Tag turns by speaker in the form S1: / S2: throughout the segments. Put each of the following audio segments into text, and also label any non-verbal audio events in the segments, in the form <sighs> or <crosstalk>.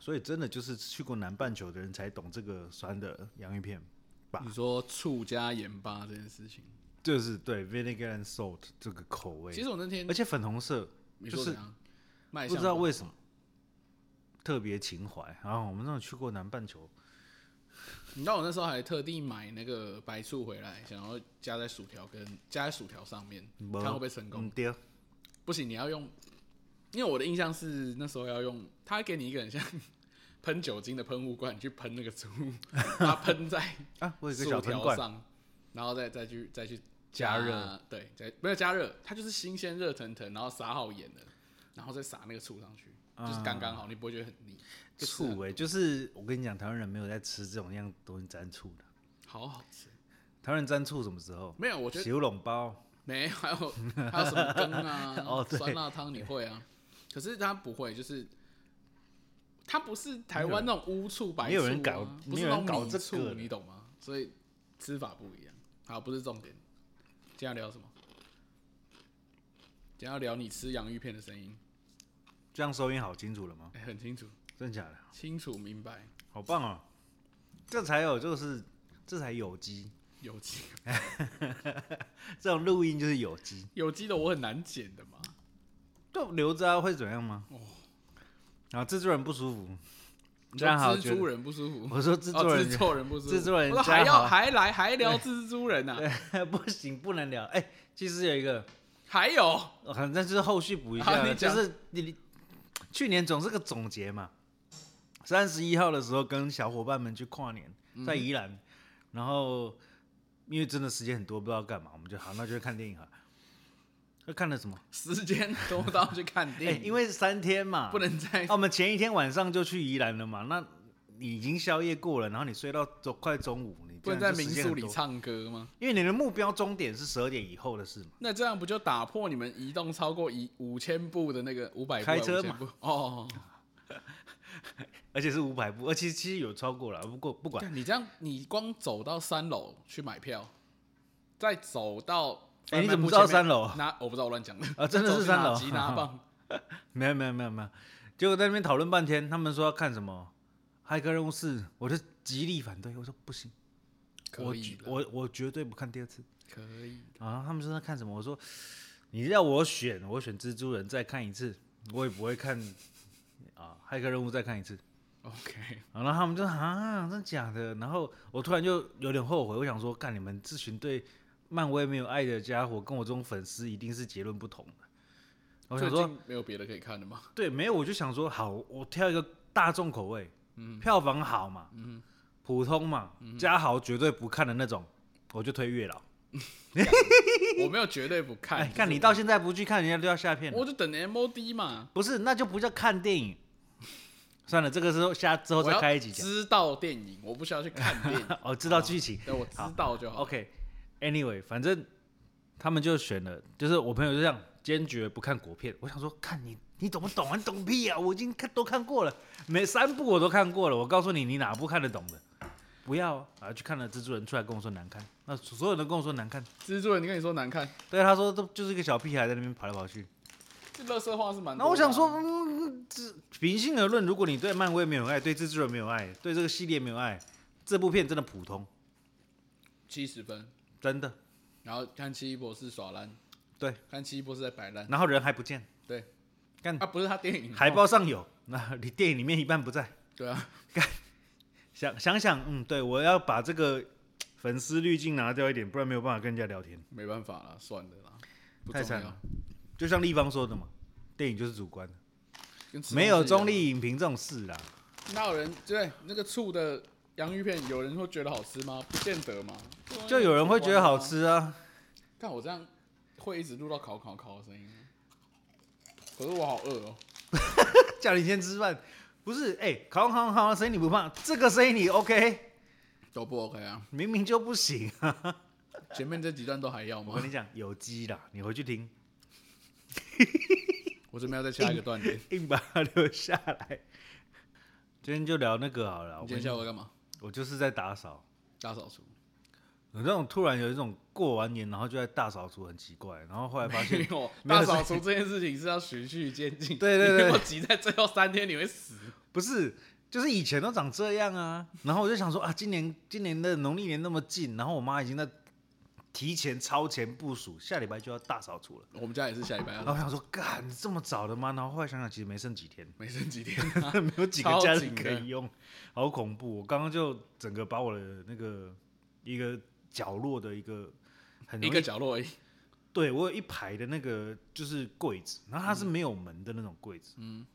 S1: 所以真的就是去过南半球的人才懂这个酸的洋芋片，吧
S2: 你说醋加盐巴这件事情，
S1: 就是对 vinegar and salt 这个口味，
S2: 其实我那天
S1: 而且粉红色
S2: 你
S1: 就
S2: 说
S1: 是
S2: 怎样？卖
S1: 不
S2: 相
S1: 知道
S2: 不
S1: 为什么特别情怀。然后我们那种去过南半球，
S2: 你知道我那时候还特地买那个白醋回来，想要加在薯条跟加在薯条上面，
S1: 没
S2: 看会不会成功。
S1: 嗯，对，
S2: 不行，你要用，因为我的印象是那时候要用，他会给你一个很像 <laughs> 喷酒精的喷雾罐，你去喷那个醋， <laughs> 把它喷在
S1: 啊，我有一个
S2: 薯
S1: 小喷
S2: 条
S1: 罐，
S2: 上，然后再再去再去
S1: 加
S2: 加
S1: 热，
S2: 对，再没有加热，它就是新鲜热腾腾，然后撒好盐的，然后再撒那个醋上去，
S1: 啊
S2: 就是刚刚好，你不会觉得很腻。就吃
S1: 醋哎、就是我跟你讲，台湾人没有在吃这种样东西沾醋的。
S2: 好好吃，
S1: 台湾人沾醋什么时候？
S2: 没有，我觉得。
S1: 小笼包，、
S2: 没，还有 <laughs> 还有什么羹啊
S1: <laughs> 哦对
S2: 酸辣汤你会啊？可是他不会，就是他不是台湾那种乌醋白醋、啊，
S1: 没有人搞
S2: 不
S1: 没
S2: 是
S1: 有
S2: 那
S1: 人
S2: 种
S1: 搞
S2: 米
S1: 这
S2: 醋
S1: 个的
S2: 你懂吗？所以吃法不一样。好，不是重点，今天要聊什么？今天要聊你吃洋芋片的声音，
S1: 这样收音好清楚了吗？
S2: 哎、很清楚，
S1: 真假的？
S2: 清楚明白，
S1: 好棒哦！这才有，就是这才有机，
S2: 有机
S1: 这种录音就是有机。
S2: 有机的我很难剪的嘛。
S1: 就留着啊，会怎样吗？哦，然后制作人不舒服，
S2: 你
S1: 这
S2: 说
S1: 样好
S2: 蜘
S1: 觉得
S2: 蛛人不舒服，
S1: 我说制作
S2: 哦，
S1: 人
S2: 制作人不舒
S1: <laughs>
S2: 服，
S1: 制作人
S2: 我说还
S1: 加
S2: 要
S1: 好
S2: 还来还聊蜘蛛人呐、啊，
S1: <laughs> 不行，不能聊。哎、其实有一个，
S2: 还有。
S1: 呃反正就是后续补一下
S2: 好
S1: 啦，
S2: 你
S1: 就
S2: 讲
S1: 是你你去年总是个总结嘛。三十一号的时候跟小伙伴们去跨年，
S2: 嗯
S1: 在宜兰，然后因为真的时间很多，不知道干嘛，我们就好，那就去看电影啊。那看了什么？
S2: 时间多到去看
S1: <laughs> 哎、
S2: 电影，
S1: 因为三天嘛，
S2: 不能再
S1: 啊、我们前一天晚上就去宜兰了嘛，那你已经宵夜过了，然后你睡到中快中午，你
S2: 不
S1: 这样
S2: 能在
S1: 就
S2: 民
S1: 时间
S2: 宿
S1: 很
S2: 里
S1: 多，
S2: 唱歌吗？
S1: 因为你的目标终点是十二点以后的事嘛。
S2: 那这样不就打破你们移动超过一五千步的那个五百步啊？
S1: 开车
S2: 5000
S1: 嘛
S2: 步？哦，
S1: 而且是五百步，而且其实有超过了，不过不管
S2: 干你这样，你光走到三楼去买票，再走到
S1: 哎
S2: 贩卖部前面……
S1: 你怎么知道三楼
S2: 拿我不知道，我乱讲的
S1: 啊真的是三楼
S2: 吉
S1: <laughs>
S2: 拿棒，
S1: 没有没有没有没有，结果在那边讨论半天，他们说要看什么骇客任务四，我就极力反对，我说不行，我
S2: 可以
S1: 绝
S2: 的，
S1: 我我绝对不看第二次。
S2: 可以。
S1: 然后他们说在看什么，我说你要我选，我选蜘蛛人再看一次，我也不会看啊骇客任务再看一次。
S2: OK，
S1: 然后他们就啊，真的假的？然后我突然就有点后悔，我想说，干你们这群对漫威没有爱的家伙，跟我这种粉丝一定是结论不同的。我想
S2: 最
S1: 说，
S2: 近没有别的可以看
S1: <laughs>
S2: 的吗？
S1: 对，没有，我就想说，好，我挑一个大众口味，
S2: 嗯
S1: 票房好嘛，普通嘛，家豪绝对不看的那种，我就推月老。
S2: 我没有绝对不看，
S1: 哎，
S2: 就是
S1: 看你到现在不去看，人家都要下片了。
S2: 我就等 MOD 嘛，
S1: 不是，那就不叫看电影。算了，这个时候下之后
S2: 我
S1: 再
S2: 要
S1: 开一集讲。
S2: 知道电影，我不需要去看电影，
S1: 哦，知道剧情。
S2: 对，我知道就好。
S1: OK，Anyway，、反正他们就选了，就是我朋友就这样坚决不看国片。我想说，看你你懂不懂啊？你懂屁啊！我已经看都看过了，每三部我都看过了。我告诉你，你哪部看得懂的？不要啊！啊去看了《蜘蛛人》，出来跟我说难看，那所有人都跟我说难看。
S2: 蜘蛛人，你跟你说难看，
S1: 对，啊他说都就是一个小屁孩在那边跑来跑去。
S2: 这乐色话是蛮多的啊。
S1: 那我想说，嗯，这平心而论，如果你对漫威没有爱，对蜘蛛人没有爱，对这个系列没有爱，这部片真的普通，
S2: 七十分，
S1: 真的。
S2: 然后看奇异博士耍烂，
S1: 对，
S2: 看奇异博士在摆烂，
S1: 然后人还不见，
S2: 对，
S1: 干
S2: 啊，不是他电影
S1: 海，报上有，那你电影里面一半不在。
S2: 对啊，
S1: 想想想，嗯，对我要把这个粉丝滤镜拿掉一点，不然没有办法跟人家聊天。
S2: 没办法了，算了啦，不
S1: 太
S2: 重
S1: 惨
S2: 要
S1: 了，就像立方说的嘛，电影就是主观的，
S2: 跟吃东西一样
S1: 没有中，立影评这种事啦。
S2: 哪有人对那个醋的洋芋片，有人会觉得好吃吗？不见得嘛，对啊
S1: 就有人会觉得好。吃啊，
S2: 看我这样会一直录到烤烤烤的声音吗，可是我好饿哦，
S1: 叫你先吃饭，不是？哎、烤烤烤的声音你不怕，这个声音你 OK，
S2: 都不 OK 啊，
S1: 明明就不行。
S2: 前面这几段都还要
S1: 我
S2: 吗
S1: 跟？你讲，有机啦，你回去听，
S2: 我准备要再加一个断点，
S1: 硬把它留下来。今天就聊那个好了，我
S2: 你今
S1: 跟
S2: 天
S1: 你
S2: 下午要干嘛？
S1: 我就是在打扫。
S2: 大扫除。
S1: 有那种突然有一种过完年然后就在大扫除，很奇怪。然后后来发现
S2: <laughs> 没有
S1: 没有
S2: 大
S1: 是
S2: 扫除这件事情是要循序渐进。
S1: 对对对
S2: 你如果急在最后三天，你会死。
S1: 不是，就是以前都长这样啊。然后我就想说啊，今年今年的农历年那么近，然后我妈已经在提前超前部署，下礼拜就要大扫除了。
S2: 我们家也是下礼拜
S1: 然
S2: 要
S1: 后我想说，干这么早的吗？然后后来想想，其实没剩几天， <laughs>
S2: 没剩几天，
S1: 没有几个
S2: 超
S1: 家
S2: 紧
S1: 人
S2: 的
S1: 可以用，好恐怖！我哦刚刚就整个把我的那个一个角落的一个很
S2: 一
S1: 容
S2: 个
S1: 易，
S2: 角落而已。
S1: 对我有一排的那个就是柜子，然后它是
S2: 嗯
S1: 没有门的那种柜子，嗯，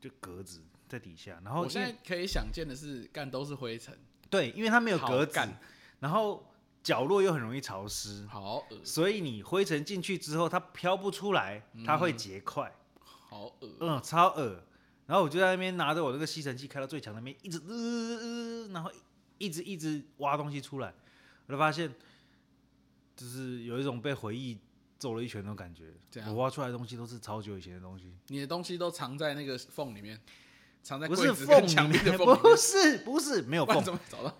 S1: 就格子在底下，然后
S2: 我
S1: 因
S2: 现
S1: 为
S2: 在可以想见的是，干都是灰尘，
S1: 对，因为它没有
S2: 好
S1: 格子
S2: 干，
S1: 然后角落又很容易潮湿，
S2: 好恶，
S1: 所以你灰尘进去之后，它飘不出来，它
S2: 嗯
S1: 会结块，
S2: 好恶，
S1: 嗯，超恶。然后我就在那边拿着我那个吸尘器开到最强那边，一直呃呃，呃然后一直一直挖东西出来，我就发现，就是有一种被回忆揍了一拳那种感觉
S2: 怎。样
S1: 我挖出来的东西都是超久以前的东西，
S2: 你的东西都藏在那个缝里面，藏在
S1: 不
S2: 柜
S1: 是
S2: 子
S1: 缝
S2: 跟墙
S1: 里
S2: 壁的
S1: 面， <laughs>
S2: 缝里面
S1: 不是不是没有
S2: 不
S1: 缝
S2: 然，怎么找到？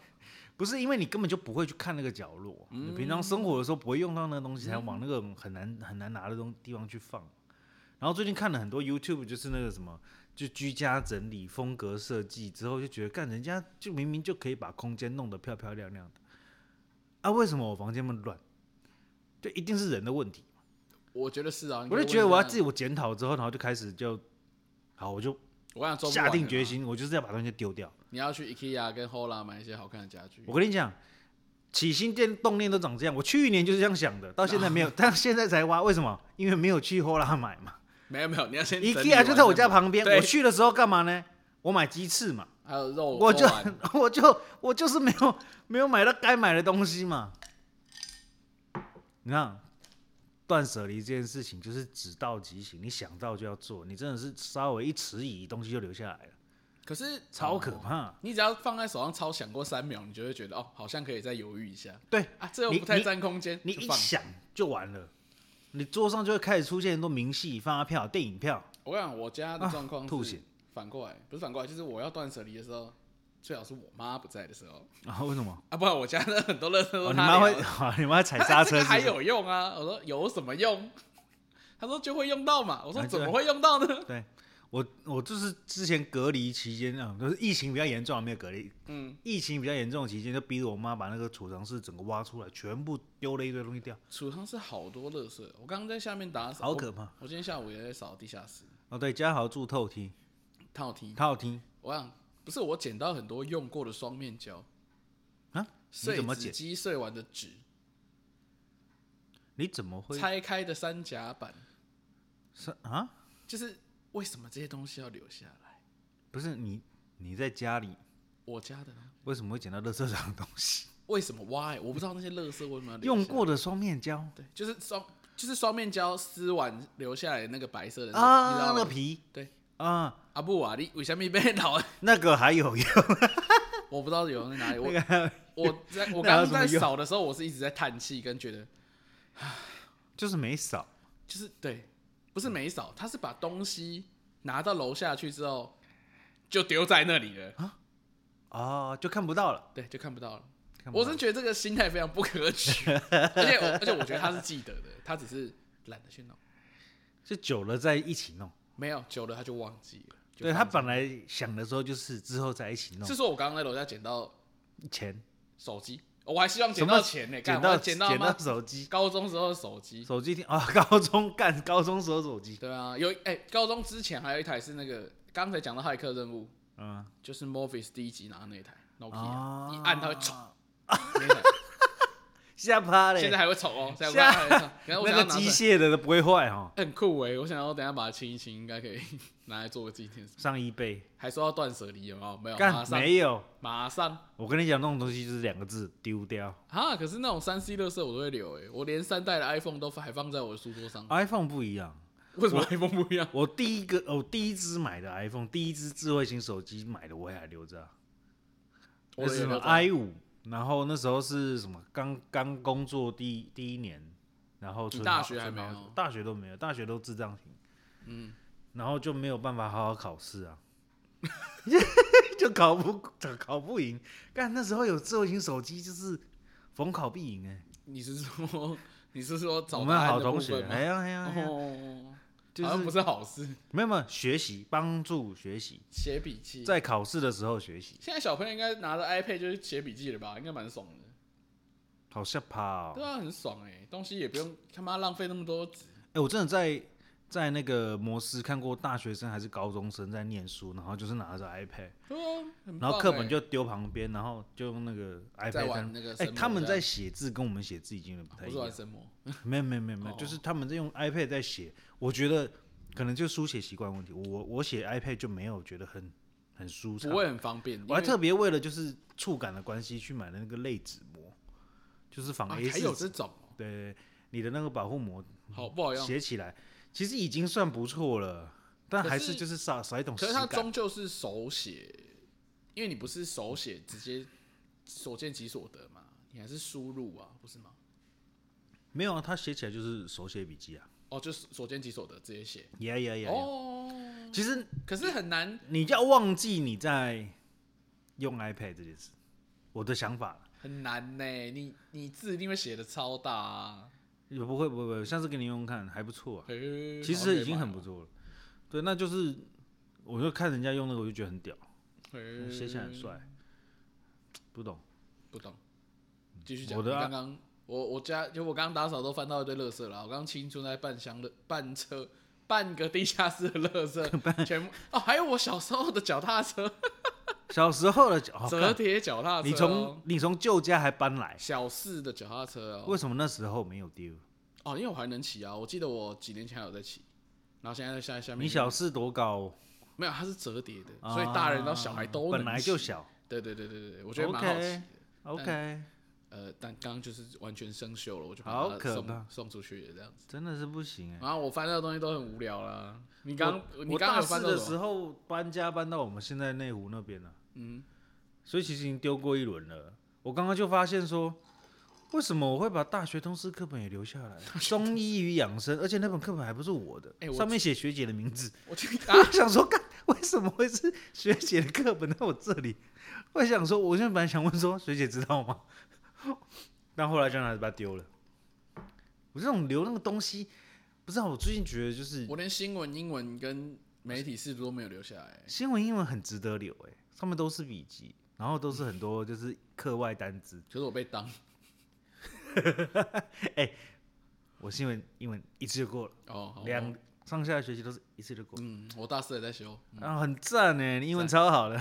S1: 不是因为你根本就不会去看那个角落，
S2: 嗯
S1: 你平常生活的时候不会用到那个东西，才往那个很难很难拿的东地方去放。然后最近看了很多 YouTube，就是那个什么，就居家整理、风格设计之后，就觉得干人家就明明就可以把空间弄得漂漂亮亮的，啊，为什么我房间那么乱？就一定是人的问题。
S2: 我觉得是啊，你
S1: 我
S2: 可以
S1: 就觉得
S2: 问
S1: 我要
S2: 一下
S1: 自己我检讨之后，然后就开始就，好，我就
S2: 我想
S1: 下定决，心，我就是要把东西丢掉。
S2: 啊你要去 IKEA 跟 Hola 买一些好看的家具。
S1: 我跟你讲，起心电动念都长这样。我去年就是这样想的，到现在
S2: <laughs>
S1: 没有，但现在才挖，为什么？因为没有去货拉买嘛。
S2: 没有没有，你要先整理
S1: IKEA 就在我家
S2: 完
S1: 旁边，
S2: 对哦
S1: 我去的时候干嘛呢？我买鸡翅嘛，
S2: 再买，还有肉，
S1: 我就 <laughs>
S2: 肉丸
S1: 我就我就是没有没有买到该买的东西嘛。你看，断舍离这件事情就是只到即行，你想到就要做，你真的是稍微一迟疑，东西就留下来了，
S2: 可是
S1: 超可
S2: 哦
S1: 怕。
S2: 你只要放在手上超想过三秒，你就会觉得哦，好像可以再犹豫一下
S1: 对，
S2: 啊，这又
S1: 你
S2: 不太
S1: 你
S2: 占空间，
S1: 你
S2: 就
S1: 一
S2: 放。
S1: 想就完了，你桌上就会开始出现很多明细、发票、电影票。
S2: 我跟你讲，我家的状况
S1: 啊吐
S2: 是
S1: 血
S2: 反过来，不是反过来，就是我要断舍离的时候，最好是我妈不在的时候
S1: 然、后为什么？
S2: 啊，不然我家的很多垃圾都
S1: 哦，
S2: 是
S1: 你
S2: 她
S1: 妈会
S2: 聊的，，
S1: <laughs> 哦、你妈踩
S2: 她
S1: 刹
S2: 这
S1: 车
S2: <laughs> 个
S1: 是不
S2: 还
S1: 是
S2: 有用啊？我说有什么用？她说就会用到嘛。我说
S1: 啊
S2: 怎么
S1: 对
S2: 会用到呢？
S1: 对，我我就是之前隔离期间啊，就是疫情比较严重，没有隔离。
S2: 嗯，
S1: 疫情比较严重的期间，就逼着我妈把那个储藏室整个挖出来，全部丢了一堆东西掉，
S2: 储藏室好多垃圾，我刚刚在下面打扫，
S1: 好
S2: 啊我
S1: 可怕。啊
S2: 我今天下午也在扫地下室，
S1: 哦，对，嘉豪住透梯，
S2: 套梯。
S1: 套梯
S2: 我想不是我捡到很多用过的双面胶，
S1: 啊？你
S2: 碎
S1: 怎么
S2: 纸
S1: 捡？
S2: 机碎完的纸，
S1: 你怎么会
S2: 拆开的三甲板，
S1: 是啊？
S2: 就是为什么这些东西要留下来？
S1: 不是你你在家里
S2: 我家的呢？
S1: 为什么会捡到垃圾场的东
S2: <laughs>
S1: 西？
S2: 为什么 why？我不知道那些垃圾为什么要留下来
S1: 用过的双面胶
S2: 对，就是双就是双面胶撕完留下来的那个白色的
S1: 啊，
S2: 你知道
S1: 那
S2: 吗
S1: 个皮
S2: 对
S1: 啊，
S2: 阿布瓦利为什么被老？
S1: 那个还有用，
S2: <laughs> 我不知道有在哪里，我
S1: 那个还有
S2: 我
S1: <laughs>
S2: 在
S1: 那还有
S2: 我刚刚在
S1: 什么用
S2: 扫的时候，我是一直在叹气跟觉得
S1: 就是没少。
S2: 就是对，不是没扫，他是把东西拿到楼下去之后就丢在那里了。
S1: 啊哦，就看不到了。
S2: 对，就看不到了。
S1: 看不
S2: 我
S1: 到
S2: 真觉得这个心态非常不可取，而且而且我觉得他是记得的，他只是懒得去弄，
S1: 就久了在一起弄，
S2: 没有久了他就忘记了。就
S1: 对他
S2: 放
S1: 本
S2: 着
S1: 来想的时候就是之后在一起弄
S2: 是说我刚刚在楼下捡到
S1: 钱，
S2: 手机，我还希望捡
S1: 什么
S2: 到钱呢、
S1: 捡
S2: 干我还
S1: 到
S2: 捡
S1: 捡
S2: 吗
S1: 到？手机，
S2: 高中时候的手机，
S1: 手机听啊， <laughs> 高中干高中时候手机，
S2: 对啊，有哎、高中之前还有一台是那个刚才讲到骇客任务，
S1: 嗯，
S2: 就是 Morpheus 第一集拿的那台 Nokia，、
S1: 啊
S2: 一按它会冲，那台
S1: 吓趴嘞，
S2: 现在还会丑哦，现在
S1: 吓
S2: 还会丑。然后我想
S1: 那个
S2: 要拿
S1: 机
S2: 出来
S1: 械的都不会坏哦哈，
S2: 很酷哎、我想要等一下把它清一清，应该可以拿来做个纪念。
S1: 上一倍
S2: 还说要断舍离有没有？没有，马
S1: 干
S2: 哦啊上
S1: 没有，
S2: 马上
S1: 我跟你讲，那种东西就是两个字丢掉。
S2: 啊！可是那种三 C 乐色我都会留哎、我连三代的 iPhone 都还放在我的书桌上。
S1: iPhone 不一样，
S2: 为什么 iPhone 不一样？
S1: 我第一个我第一只买的 iPhone，第一只智慧型手机买的我也还留着啊、
S2: 我
S1: 那
S2: 的
S1: 是什么
S2: 也啊
S1: i 五，然后那时候是什么？刚刚工作第第一年，然后
S2: 你
S1: 存
S2: 大
S1: 好
S2: 学还
S1: 存
S2: 没
S1: 好
S2: 有
S1: 久大学都没有，大学都智障型，嗯，然后就没有办法好好考试啊， <laughs> 就考不考不赢。干那时候有智慧型手机，就是逢考必赢哎、
S2: 你是说 <laughs> 你是说找
S1: 我们
S2: 答案
S1: 好
S2: 的
S1: 同
S2: 部
S1: 学，
S2: 分吗
S1: 哎呀哎呀，哎呀
S2: 哦，
S1: 就
S2: 好像不
S1: 是
S2: 是好事，
S1: 没有没有学习，帮助学习，
S2: 写笔记。
S1: 在考试的时候学习，
S2: 现在小朋友应该拿着 iPad 就是写笔记了吧？应该蛮爽的，
S1: 好吓怕哦
S2: 对。啊，很爽哎、东西也不用他妈浪费那么多纸。
S1: 哎、我真的在在那个摩斯看过大学生还是高中生在念书，然后就是拿着 iPad，
S2: 对啊，很
S1: 然后
S2: 棒
S1: 课
S2: 欸
S1: 本就丢旁边，然后就用那个
S2: 在
S1: iPad
S2: 玩
S1: 看。
S2: 那个
S1: 哎、
S2: 神魔这样，哦
S1: 他们在写字跟我们写字已经有点不太
S2: 不
S1: 一
S2: 是玩
S1: 样。
S2: 神魔，
S1: 没有没有没有没有，
S2: 哦
S1: 就是他们在用 iPad 在写，我觉得可能就书写习惯问题。我我写 iPad 就没有觉得很很舒畅
S2: 不，会很方便。
S1: 我还
S2: 因为
S1: 特别为了就是触感的关系去买了那个类纸膜，就是仿
S2: 啊
S1: A
S2: 还
S1: 四、
S2: 有这种哦，
S1: 对你的那个保护膜
S2: 好不好用？
S1: 写起来，其实已经算不错了，但
S2: 可
S1: 还
S2: 是
S1: 是就是少少一种哦
S2: 可
S1: 实
S2: 是它
S1: 感。
S2: 终究是手写，因为你不是手写直接所见即所得嘛，你还是输入啊，不是吗？
S1: 没有啊，它写起来就是手写笔记啊，
S2: 哦，就是所见即所得直接写。
S1: 呀呀呀！
S2: 哦，
S1: 其实
S2: 可是很难
S1: 你要忘记你在用 iPad 这件事，我的想法啦。
S2: 很难呢、你你字一定会写的超大啊。
S1: 也不会不会，不会，下次给你用用看，还不错啊。
S2: 嘿
S1: 其
S2: 好像可
S1: 实
S2: 以
S1: 已经
S2: 买
S1: 很不错了。对，那就是我就看人家用那个，我就觉得很屌，
S2: 嘿
S1: 写起来很帅。不懂，
S2: 不懂，继续讲。
S1: 我的啊
S2: 刚刚我我家就我刚刚打扫都翻到一堆垃圾了啊，我刚刚清出那半箱的半车半个地下室的
S1: <laughs>
S2: 垃圾，全部哦，还有我小时候的脚踏车，
S1: 小时候的脚，哦
S2: 折
S1: 干
S2: 叠脚踏车哦、
S1: 你从你从旧家还搬来，
S2: 小四的脚踏车哦，
S1: 为什么那时候没有丢？
S2: 哦，因为我还能骑啊，我记得我几年前还有在骑，然后现在在下下面
S1: 你小四多高？
S2: 没有，它是折叠的，所以大人到小孩都
S1: 啊本来就
S2: 小，
S1: 小。
S2: 对对对对对对，我觉得蛮好奇的。
S1: OK，
S2: 呃，但刚刚就是完全生锈了，我就
S1: 好
S2: 把它
S1: 可
S2: 送
S1: 怕
S2: 送出去了这样子。
S1: 真的是不行哎。
S2: 然后我翻到的东西都很无聊啦。你刚你
S1: 我
S2: 刚刚
S1: 大
S2: 有
S1: 四
S2: 翻到
S1: 的
S2: 什么
S1: 时候搬家搬到我们现在内湖那边了，嗯，所以其实已经丢过一轮了。我刚刚就发现说，为什么我会把大学通识课本也留下来？中医与养生，而且那本课本还不是我的，
S2: 哎我
S1: 上面写学姐的名字。
S2: <laughs> 我就啊，
S1: 我想说，干为什么会是学姐的课本在我这里？我也想说，我现在本来想问说，学姐知道吗？ <laughs> 但后来居然还是把它丢了。我这种留那个东西，不知道我最近觉得就是
S2: 我连新闻英文跟媒体试读都没有留下来。
S1: 新闻英文很值得留哎、上面都是笔记，然后都是很多就是课外单字。
S2: 可是我被当
S1: 我新闻英文一次就过了，
S2: 哦，好
S1: 两、上下学期都是一次就过，
S2: 嗯，我大四也在修，好
S1: 然后很赞哎、你英文超好的，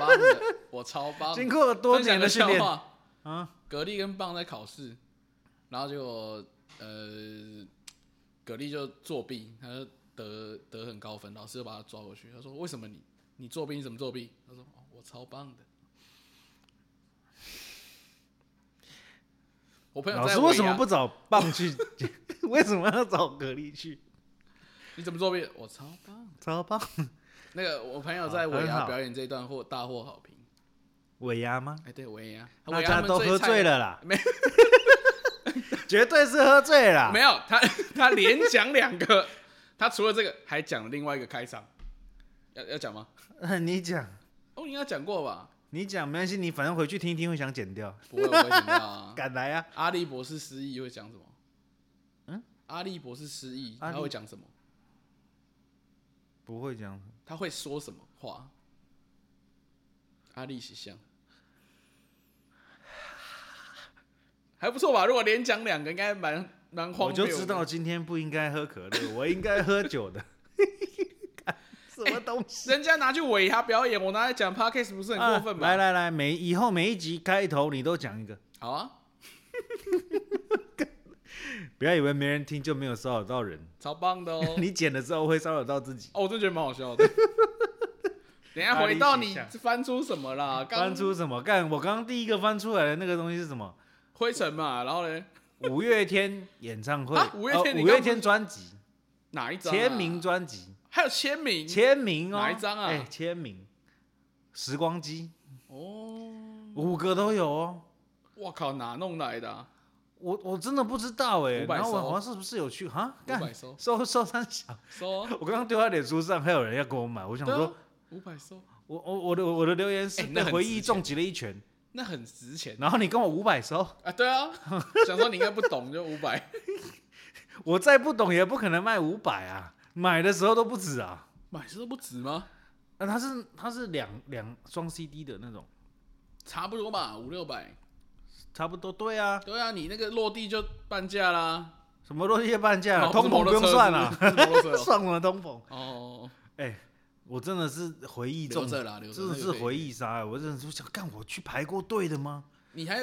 S2: 棒的，我超棒。
S1: 经过了多
S2: 分享
S1: 年
S2: 个
S1: 的训
S2: 笑
S1: 练，
S2: 话啊，蛤蜊跟棒在考试，然后结果呃，蛤蜊就作弊，他就得得很高分，老师就把他抓过去，他说为什么你你作弊你怎么作弊？他说、哦、我超棒的。我朋友
S1: 老
S2: 在
S1: 师为
S2: 维
S1: 什么
S2: 亚
S1: 不找棒去？ <laughs> 为什么要找蛤蜊去？
S2: 你怎么作弊？我超棒。
S1: 找棒
S2: 那个我朋友在
S1: 好
S2: 维
S1: 很
S2: 亚
S1: 好
S2: 表演这一段获大获好评。
S1: 尾牙吗？
S2: 哎、对维亚，
S1: 大
S2: 维亚他
S1: 家
S2: 们
S1: 都
S2: 最
S1: 喝
S2: 菜
S1: 醉
S2: 的，
S1: 了啦，
S2: <laughs>
S1: 没，绝对是喝醉了啦
S2: 没。有他， <laughs> 他连讲两个，他除了这个还讲了另外一个开场，要要讲吗？
S1: 啊你讲，
S2: 哦，你应该讲过吧？
S1: 你讲没关系，你反正回去听一听会想剪掉，
S2: 不会，我不会听到
S1: <laughs>
S2: 啊。
S1: 敢来啊！
S2: 阿笠博士失忆会讲什么？
S1: 嗯，
S2: 阿笠博士失忆，
S1: 阿
S2: 他
S1: 笠
S2: 会讲什么？
S1: 不会讲，
S2: 他会说什么话？阿笠形象还不错吧？如果连讲两个，应该蛮蛮荒
S1: 我
S2: 谬
S1: 就
S2: 的。
S1: 知道今天不应该喝可乐，我应该喝酒的。 <laughs> 什
S2: 哎
S1: 么东西？
S2: 人家拿去尾牙表演，我拿来讲 podcast 不是很过分吗？
S1: 啊来来来，每以后每一集开头你都讲一个，
S2: 好啊，
S1: 不要以为没人听就没有骚扰到人，
S2: 超棒的哦。
S1: <laughs> 你剪的时候会骚扰到自己。
S2: 哦，我真的觉得蛮好笑的。 <laughs> 等一下回到你
S1: 哪里写
S2: 翻出什么啦？刚
S1: 翻出什么？干！我刚刚第一个翻出来的那个东西是什
S2: <laughs>
S1: 么？
S2: 灰尘嘛，然后嘞
S1: 五月天演唱会，
S2: 啊五月天
S1: 呃
S2: 你
S1: 五月
S2: 刚刚
S1: 天专辑
S2: 哪一张啊
S1: 签名专辑
S2: 还有签名
S1: 签名哦，
S2: 哪一张啊
S1: 哎，签名，时光机
S2: 哦，
S1: 五个都有哦。
S2: 我靠，哪弄来的啊？
S1: 我我真的不知道哎、
S2: 500
S1: 然后我
S2: 收
S1: 好像是不是有去哈？
S2: 五
S1: 干
S2: 百收
S1: 收收三小，
S2: 收啊，
S1: 我刚刚丢在脸书上，还有人要跟我买，我想
S2: 对
S1: 说、
S2: 啊，五百收，
S1: 我我我的我的留言是
S2: 哎那
S1: 被
S2: 很
S1: 回
S2: 值
S1: 忆
S2: 钱
S1: 重击了一拳，
S2: 那很值钱
S1: 然后你跟我五百收，
S2: 啊！
S1: <laughs>
S2: 对啊，想说你应该不懂，就五百。
S1: 我再不懂也不可能卖五百啊，买的时候都不止啊。
S2: 买是都不值吗？
S1: 那、它是它是两两双 CD 的那种，
S2: 差不多吧，五六百。
S1: 差不多对啊，
S2: 对啊，你那个落地就半价啦，
S1: 什么落叶半价啊、
S2: 哦
S1: 通膨不用算啦、
S2: 不是摩托车
S1: <laughs>
S2: 哦
S1: 算什么通膨？
S2: 哦，
S1: <laughs> 哎、我真的是回忆
S2: 留
S1: 中，
S2: 着啦，留着。
S1: 真的
S2: 那
S1: 是
S2: 个可以
S1: 回忆杀、我真的是想，干我去排过队的吗？
S2: 你还，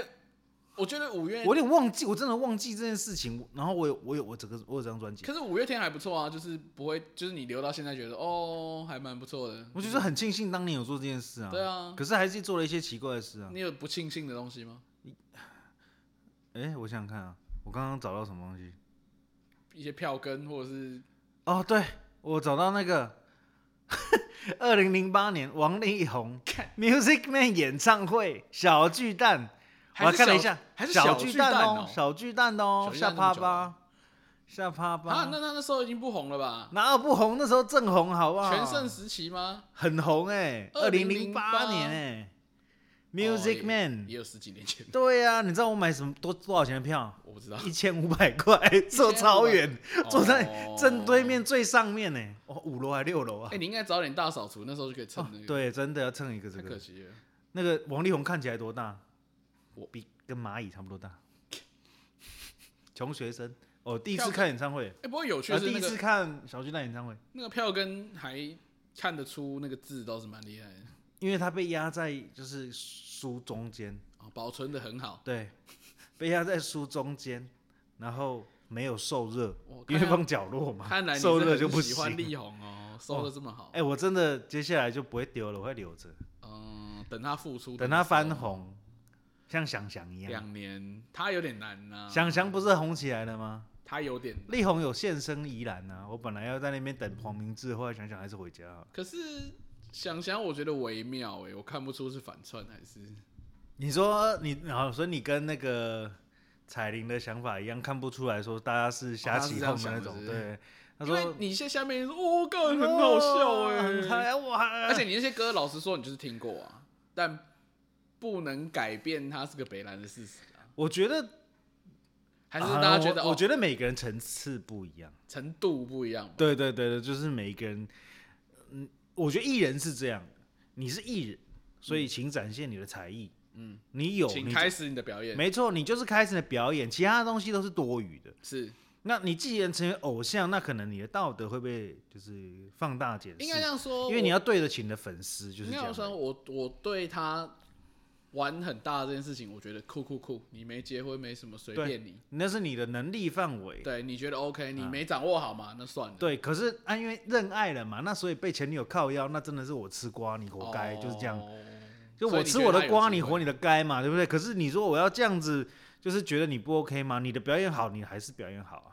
S2: 我觉得五月，
S1: 我有点忘记，我真的忘记这件事情。然后我有我有我整个我有张专辑，
S2: 可是五月天还不错啊，就是不会，就是你留到现在觉得哦，还蛮不错的。
S1: 我就是很庆幸当年有做这件事啊。
S2: 对啊，
S1: 可是还是做了一些奇怪的事啊。
S2: 你有不庆幸的东西吗？
S1: 哎、我想想看啊，我刚刚找到什么东西？
S2: 一些票根或者是
S1: 哦，对，我找到那个 <laughs> 二零零八年王力宏 Music Man 演唱会小巨蛋，我
S2: 还
S1: 还
S2: 是
S1: 看了一
S2: 小
S1: 下，
S2: 还是
S1: 小
S2: 小
S1: 巨
S2: 巨
S1: 蛋
S2: 蛋
S1: 哦
S2: 哦，
S1: 小巨蛋哦
S2: 小，巨
S1: 下
S2: 蛋
S1: 趴
S2: 那么久了
S1: 吧，下趴
S2: 啊，
S1: 吧。
S2: 那那那时候已经不红了吧？
S1: 哪有不红？那时候正红，好不好？
S2: 全盛时期吗？
S1: 很红哎、二零零八
S2: 2008
S1: 年哎、Music
S2: 哦
S1: Man，、
S2: 也有啊十几年前， <laughs>
S1: 对呀、你知道我买什么多多少钱的票？
S2: 我不知道。
S1: 一千五百块，坐超远，坐在
S2: 哦
S1: 正对。面最上面呢、哦，五楼还六楼啊哦
S2: 哎、？你应该早点大扫除，那时候就可以蹭那个。
S1: 对，真的要蹭一个这
S2: 太
S1: 个
S2: 可。惜了。
S1: 那个王力宏看起来多大？
S2: 我
S1: 比跟蚂蚁差不多
S2: <laughs>
S1: 大。穷学生，哦，第一次看演唱会，
S2: 哎、不过有趣
S1: 啊，
S2: 的是
S1: 第
S2: 那
S1: 一
S2: 个、
S1: 次看小巨蛋演唱会，
S2: 那个票根还看得出那个字，倒是蛮厉害的，
S1: 因为他被压在就是书中间，
S2: 哦，保存的很好。
S1: 对， <laughs> 被压在书中间，然后没有受热，
S2: 我
S1: 因为放角落嘛
S2: 哦看来，你
S1: 受
S2: 真
S1: 热
S2: 的
S1: 就不
S2: 喜欢
S1: 行。
S2: 力宏哦，收的这么好。
S1: 哎、我真的接下来就不会丢了，我会留着，
S2: 嗯，等他复出，
S1: 等他翻红，像想想一样。
S2: 两年，他有点难呐、
S1: 想想不是红起来了吗？
S2: 他有点，
S1: 力宏有现身宜兰啊，我本来要在那边等黄明志，后来想想还是回家好了。
S2: 可是想想我觉得微妙哎、我看不出是反串还是
S1: 你说你，然后所以你跟那个彩玲的想法一样，看不出来说大家是瞎起哄的那种。
S2: 哦他是这
S1: 对，他
S2: 因为
S1: 说哦
S2: 你现在下面说哦，干 <laughs> 很好笑哎、
S1: 很嗨啊哇！
S2: 而且你那些歌，老实说，你就是听过啊，但不能改变它是个北兰的事实啊。
S1: 我觉得
S2: 还是大家觉得，
S1: 啊我我
S2: 哦，
S1: 觉得每个人层次不一样。
S2: 程度不一样。
S1: 对对对对，就是每一个人，嗯，我觉得艺人是这样，你是艺人，所以请展现你的才艺。嗯，你有，
S2: 嗯请
S1: 你
S2: 开始你的表演。
S1: 没错，你就是开始你的表演，其他的东西都是多余的。
S2: 是，
S1: 那你既然成为偶像，那可能你的道德会被就是放大解释，
S2: 应该这样说，
S1: 因为你
S2: 要
S1: 要对得起你的粉丝，就是这
S2: 应该
S1: 样
S2: 要。说，我我对他玩很大这件事情，我觉得酷酷酷，你没结婚没什么，随
S1: 对
S2: 便你。
S1: 那是你的能力范围，
S2: 对，你觉得 OK，你
S1: 嗯
S2: 没掌握好嘛？那算了。
S1: 对。可是啊，因为认爱了嘛，那所以被前女友靠腰，那真的是我吃瓜，你活该，就是这样。
S2: 哦
S1: 就
S2: 所
S1: 我
S2: 以你
S1: 吃
S2: 觉得
S1: 我
S2: 他
S1: 的
S2: 有
S1: 瓜，
S2: 机
S1: 你
S2: 会
S1: 活你的该嘛，对不对？可是你说我要这样子，就是觉得你不 OK 吗？你的表演好，你还是表演好啊，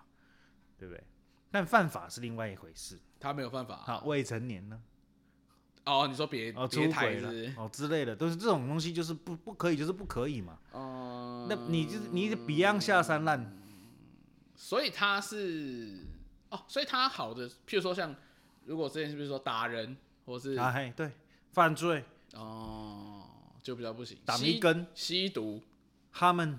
S1: 对不对？但犯法是另外一回事。
S2: 他没有办法啊。
S1: 好，未成年呢？
S2: 哦，你说别
S1: 哦，
S2: 别
S1: 出
S2: 台
S1: 轨
S2: 是
S1: 了
S2: 不是？
S1: 哦之类的，都是这种东西，就是不不可以，就是不可以嘛。
S2: 哦，
S1: 那你就是你 Beyond 下山烂，
S2: 所以他是哦，所以他好的，譬如说像如果之前是不是说打人，或是
S1: 啊嘿，对，犯罪
S2: 哦，就比较不行。
S1: 打一
S2: 吸
S1: 根，
S2: 吸毒，
S1: 他们，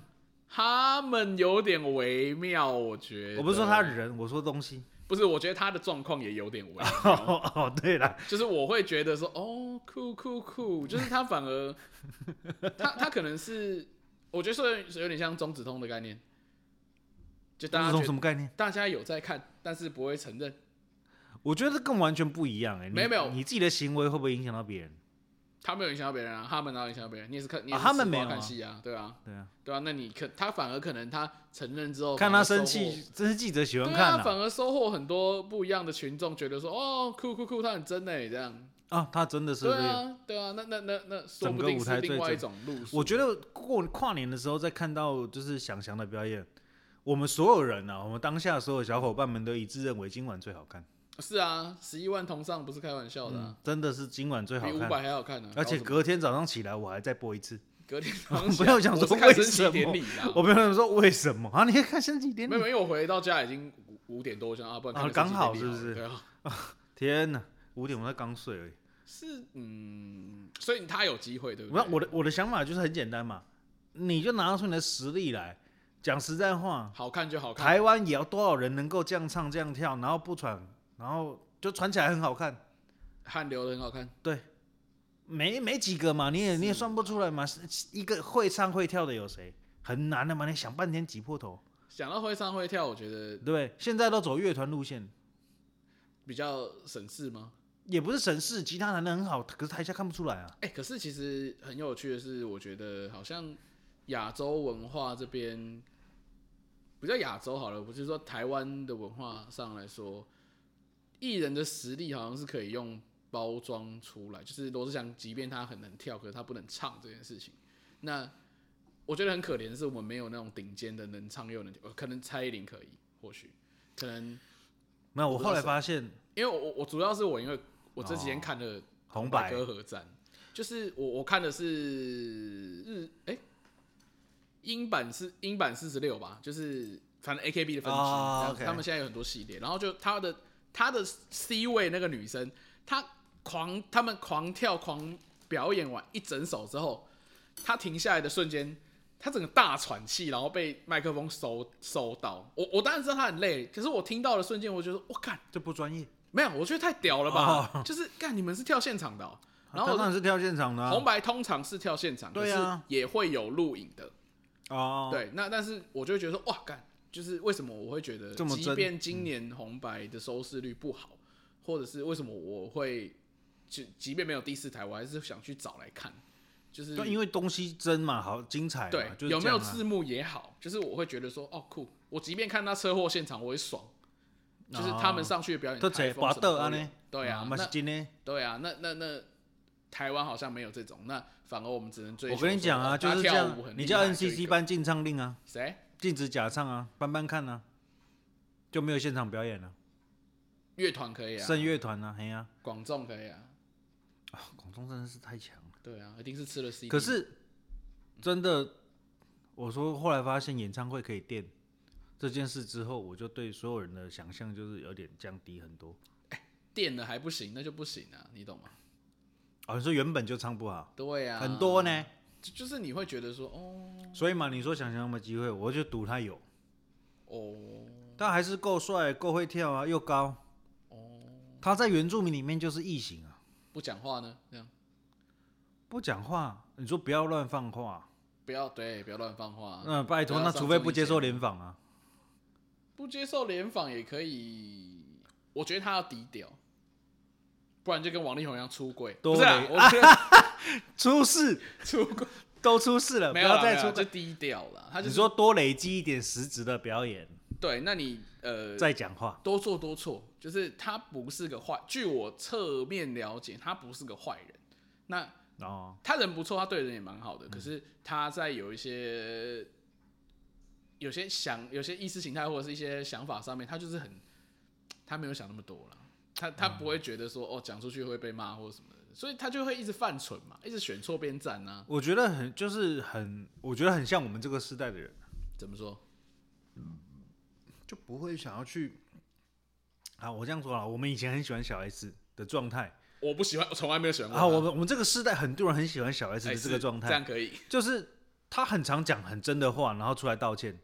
S2: 他们有点微妙，我觉得。
S1: 我不是说他，人，我说东西。
S2: 不是，我觉得他的状况也有点微
S1: <laughs>
S2: 妙，
S1: 哦哦，对了，
S2: 就是我会觉得说，哦，酷酷酷，就是他反而 <laughs> 他他可能是，我觉得说有有点像中指通的概念，就大
S1: 这
S2: 家
S1: 种
S2: 觉
S1: 什
S2: 得
S1: 么概念？
S2: 大家有在看，但是不会承认。
S1: 我觉得这更完全不一样哎。你
S2: 没有没有
S1: 你自己的行为会不会影响到别人？
S2: 他没有影响到别人啊，他们哪有影响到别人？你也是看，你也是
S1: 他们
S2: 吃瓜
S1: 没有啊
S2: 看戏啊，对啊，
S1: 对啊，
S2: 对啊。那你可他反而可能他承认之后，
S1: 看
S2: 反
S1: 他
S2: 哦而收获
S1: 生气，，这是记者喜欢
S2: 对
S1: 看
S2: 啊，
S1: 的。
S2: 反而收获很多不一样的群众，觉得说哦，酷酷酷，他很真哎，这样，
S1: 啊，他真的是
S2: 对
S1: 这样。
S2: 啊，对啊，那那那那说
S1: 整
S2: 不
S1: 个
S2: 定
S1: 舞台
S2: 是另
S1: 最
S2: 外一
S1: 真
S2: 种路数。
S1: 我觉得过跨年的时候，在看到就是想翔的表演，我们所有人啊，我们当下所有小伙伴们都一致认为今晚最好看，
S2: 是啊，十一万同上不是开玩笑的
S1: 嗯
S2: 啊，，
S1: 真的是今晚最嗯好
S2: 比五
S1: 看。
S2: 百还好看呢。
S1: 而且 <laughs>
S2: 搞什么
S1: 隔天早上起来，我还再播一次。
S2: 隔天
S1: 我
S2: 早
S1: 不
S2: 上
S1: 要想
S2: 我
S1: 说
S2: 是看
S1: 为
S2: 升旗
S1: 什
S2: 典
S1: 么
S2: 礼啦，
S1: 我朋友说为什么 <laughs> 啊？你可以看升旗典
S2: 没有，
S1: 礼。
S2: 因为我回到家已经五五点多，我想啊，不然看
S1: 啊
S2: 个升旗
S1: 刚好
S2: 典礼
S1: 是不
S2: 了
S1: 是
S2: 对啊，
S1: 天哪，五点我才刚睡而已。
S2: 是嗯，所以他有机会，对不
S1: 那
S2: 对？
S1: 我的我的想法就是很简单嘛，你就拿出你的实力来，讲实在话，
S2: 好看就好看，
S1: 台湾也要多少人能够这样唱这样跳，然后不喘，然后就传起来很好看，
S2: 汗流的很好看，
S1: 没没几个嘛，你也你也算不出来嘛，是一个会唱会跳的有谁？很难的嘛，你想半天挤破头，
S2: 想到会唱会跳，我觉
S1: 对
S2: 得
S1: 不对？现在都走乐团路线，
S2: 比较省事吗？
S1: 也不是省事，吉他弹的很好，可是台下看不出来啊。
S2: 哎、可是其实很有趣的是，我觉得好像亚洲文化这边，不叫亚洲好了，不是说台湾的文化上来说，艺人的实力好像是可以用包装出来。就是罗志祥，即便他很能跳，可是他不能唱这件事情。那我觉得很可怜，是我们没有那种顶尖的能唱又能跳，呃可能蔡依林可以，或许可能，
S1: 没有，我后来发现
S2: 因为我我主要是我因为我这几天看了。
S1: 红
S2: 百
S1: 白
S2: 歌合战，就是我我看的是日哎、英版是英版四十六吧，就是反正 A K B 的分支、
S1: 哦
S2: 这样子
S1: OK
S2: 他们现在有很多系列，然后就他的他的 C 位那个女生，她狂他们狂跳狂表演完一整首之后，她停下来的瞬间。她整个大喘气，然后被麦克风收收到。我我当然知道她很累，可是我听到的瞬间，我觉得我干
S1: 这不专业，
S2: 没有，我觉得太屌了吧！就是干你们是跳现场的、哦，然后
S1: 当然是哦啊跳现场的啊
S2: 红白通常是跳现场，
S1: 对啊，
S2: 也会有录影的。
S1: 哦，
S2: 对，那但是我就会觉得说，哇，干，就是为什么我会觉得，
S1: 这么
S2: 即
S1: 真嗯
S2: 便今年红白的收视率不好，或者是为什么我会，即即便没有第四台，我还是想去找来看，就是
S1: 对，因为东西真嘛，好精彩嘛，
S2: 对、
S1: 就是
S2: 有没
S1: 这样
S2: 有
S1: 啊
S2: 字幕也好，就是我会觉得说，哦酷，我即便看他车祸现场，我也爽。就是他们上去的表演
S1: 都
S2: 台
S1: 哦这
S2: 风
S1: 跋
S2: 什么都
S1: 倒
S2: 有，
S1: 安尼，
S2: 对啊，
S1: 嘛
S2: 那
S1: 哦是真的。
S2: 对啊，那那那台湾好像没有这种，那反而我们只能追求
S1: 我
S2: 说。
S1: 跟你讲啊，
S2: 哦
S1: 就是这
S2: 大家跳
S1: 样
S2: 舞很，厉
S1: 你
S2: 害
S1: 叫
S2: 就一
S1: NCC
S2: 个
S1: 颁禁唱令啊，
S2: 谁？
S1: 禁止假唱啊，搬搬看啊，就没有现场表演了，
S2: 乐团可以啊，
S1: 剩乐团啊，嘿呀，
S2: 广众可以啊，
S1: 啊，广东真的是太强了。
S2: 对啊，一定是吃了 CD。
S1: 可是真的，我说后来发现演唱会可以垫这件事之后，我就对所有人的想象就是有点降低很多。
S2: 电了还不行，那就不行啊，你懂吗？
S1: 哦，你说原本就唱不好，
S2: 对啊，
S1: 很多呢，
S2: 就，就是你会觉得说，哦
S1: 所以嘛，你说想象有没有机会，我就赌他有。
S2: 哦
S1: 但还是够帅、够会跳啊，又高。哦他在原住民里面就是异形啊，
S2: 不讲话呢，这样
S1: 不讲话。你说不要乱放话，
S2: 不要对，不要乱放话。啊
S1: 嗯，拜托，
S2: 不要
S1: 那
S2: 上
S1: 除非
S2: 综
S1: 不
S2: 艺
S1: 接
S2: 节
S1: 受
S2: 目
S1: 联访啊。
S2: 不接受联访也可以，我觉得他要低调，不然就跟王力宏一样出轨。
S1: 多
S2: 不是啊
S1: 雷，
S2: 我觉得
S1: 出事
S2: <laughs> 出轨
S1: <laughs> 都出事了，不
S2: 没有啦
S1: 要再
S2: 没有啦
S1: 出。
S2: 就低调了。他就
S1: 你
S2: 是
S1: 说多累积一点实质的表演，
S2: 对，那你呃，
S1: 再讲话。
S2: 多做多错，就是他不是个坏，据我侧面了解，他不是个坏人。那
S1: 哦，
S2: 他人不错，他对人也蛮好的，可是他在有一些有些想、有些意识形态或者是一些想法上面，他就是很他没有想那么多了，他他不会觉得说、哦讲出去会被骂或者什么的，所以他就会一直犯蠢嘛，一直选错边站啊。
S1: 我觉得很就是很，我觉得很像我们这个时代的人，
S2: 怎么说？
S1: 就不会想要去。啊，我这样说啊，我们以前很喜欢小 S 的状态
S2: 我不喜欢，我从来没有喜欢过
S1: 啊，
S2: 他
S1: 我们我们这个时代很多人很喜欢小 S
S2: 哎
S1: 的这个
S2: 是
S1: 状态
S2: 这。样可以。
S1: 就是他很常讲很真的话，然后出来道歉，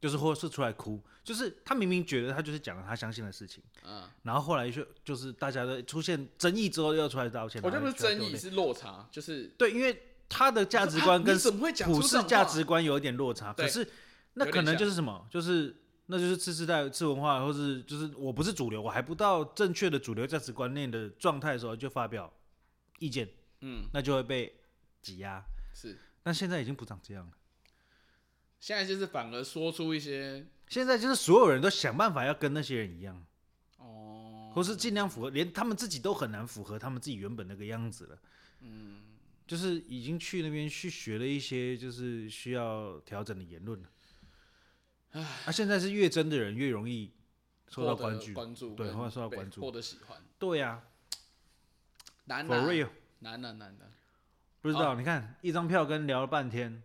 S1: 就是或是出来哭，就是他明明觉得他就是讲了他相信的事情，
S2: 嗯，
S1: 然后后来就就是大家都出现争议之后又出来道歉，
S2: 我觉得不是
S1: 然后又
S2: 争
S1: 出来
S2: 议，
S1: 道歉，
S2: 是落差，就是
S1: 对，因为他的价值观
S2: 啊
S1: 跟
S2: 你怎么会讲出
S1: 普
S2: 这种
S1: 世
S2: 话
S1: 价值观有一点落差，
S2: 对
S1: 可是那可能就是什么，就是。那就是次世代次文化，或是就是我不是主流，我还不到正确的主流价值观念的状态的时候就发表意见，
S2: 嗯
S1: 那就会被挤压。
S2: 是
S1: 但现在已经不长这样了。
S2: 现在就是反而说出一些
S1: 现在就是所有人都想办法要跟那些人一样，
S2: 哦，
S1: 或是尽量符合，连他们自己都很难符合他们自己原本那个样子了。
S2: 嗯，
S1: 就是已经去那边去学了一些就是需要调整的言论了。啊，现在是越真的人越容易受到
S2: 获得
S1: 关注，
S2: 关注
S1: 对
S2: 跟
S1: 或受到
S2: 被
S1: 关注
S2: 获得喜欢，
S1: 对呀、啊、
S2: 难
S1: ，for
S2: 难
S1: real，
S2: 难啊难难难，
S1: 不知
S2: 哦
S1: 道、你看一张票跟聊了半天，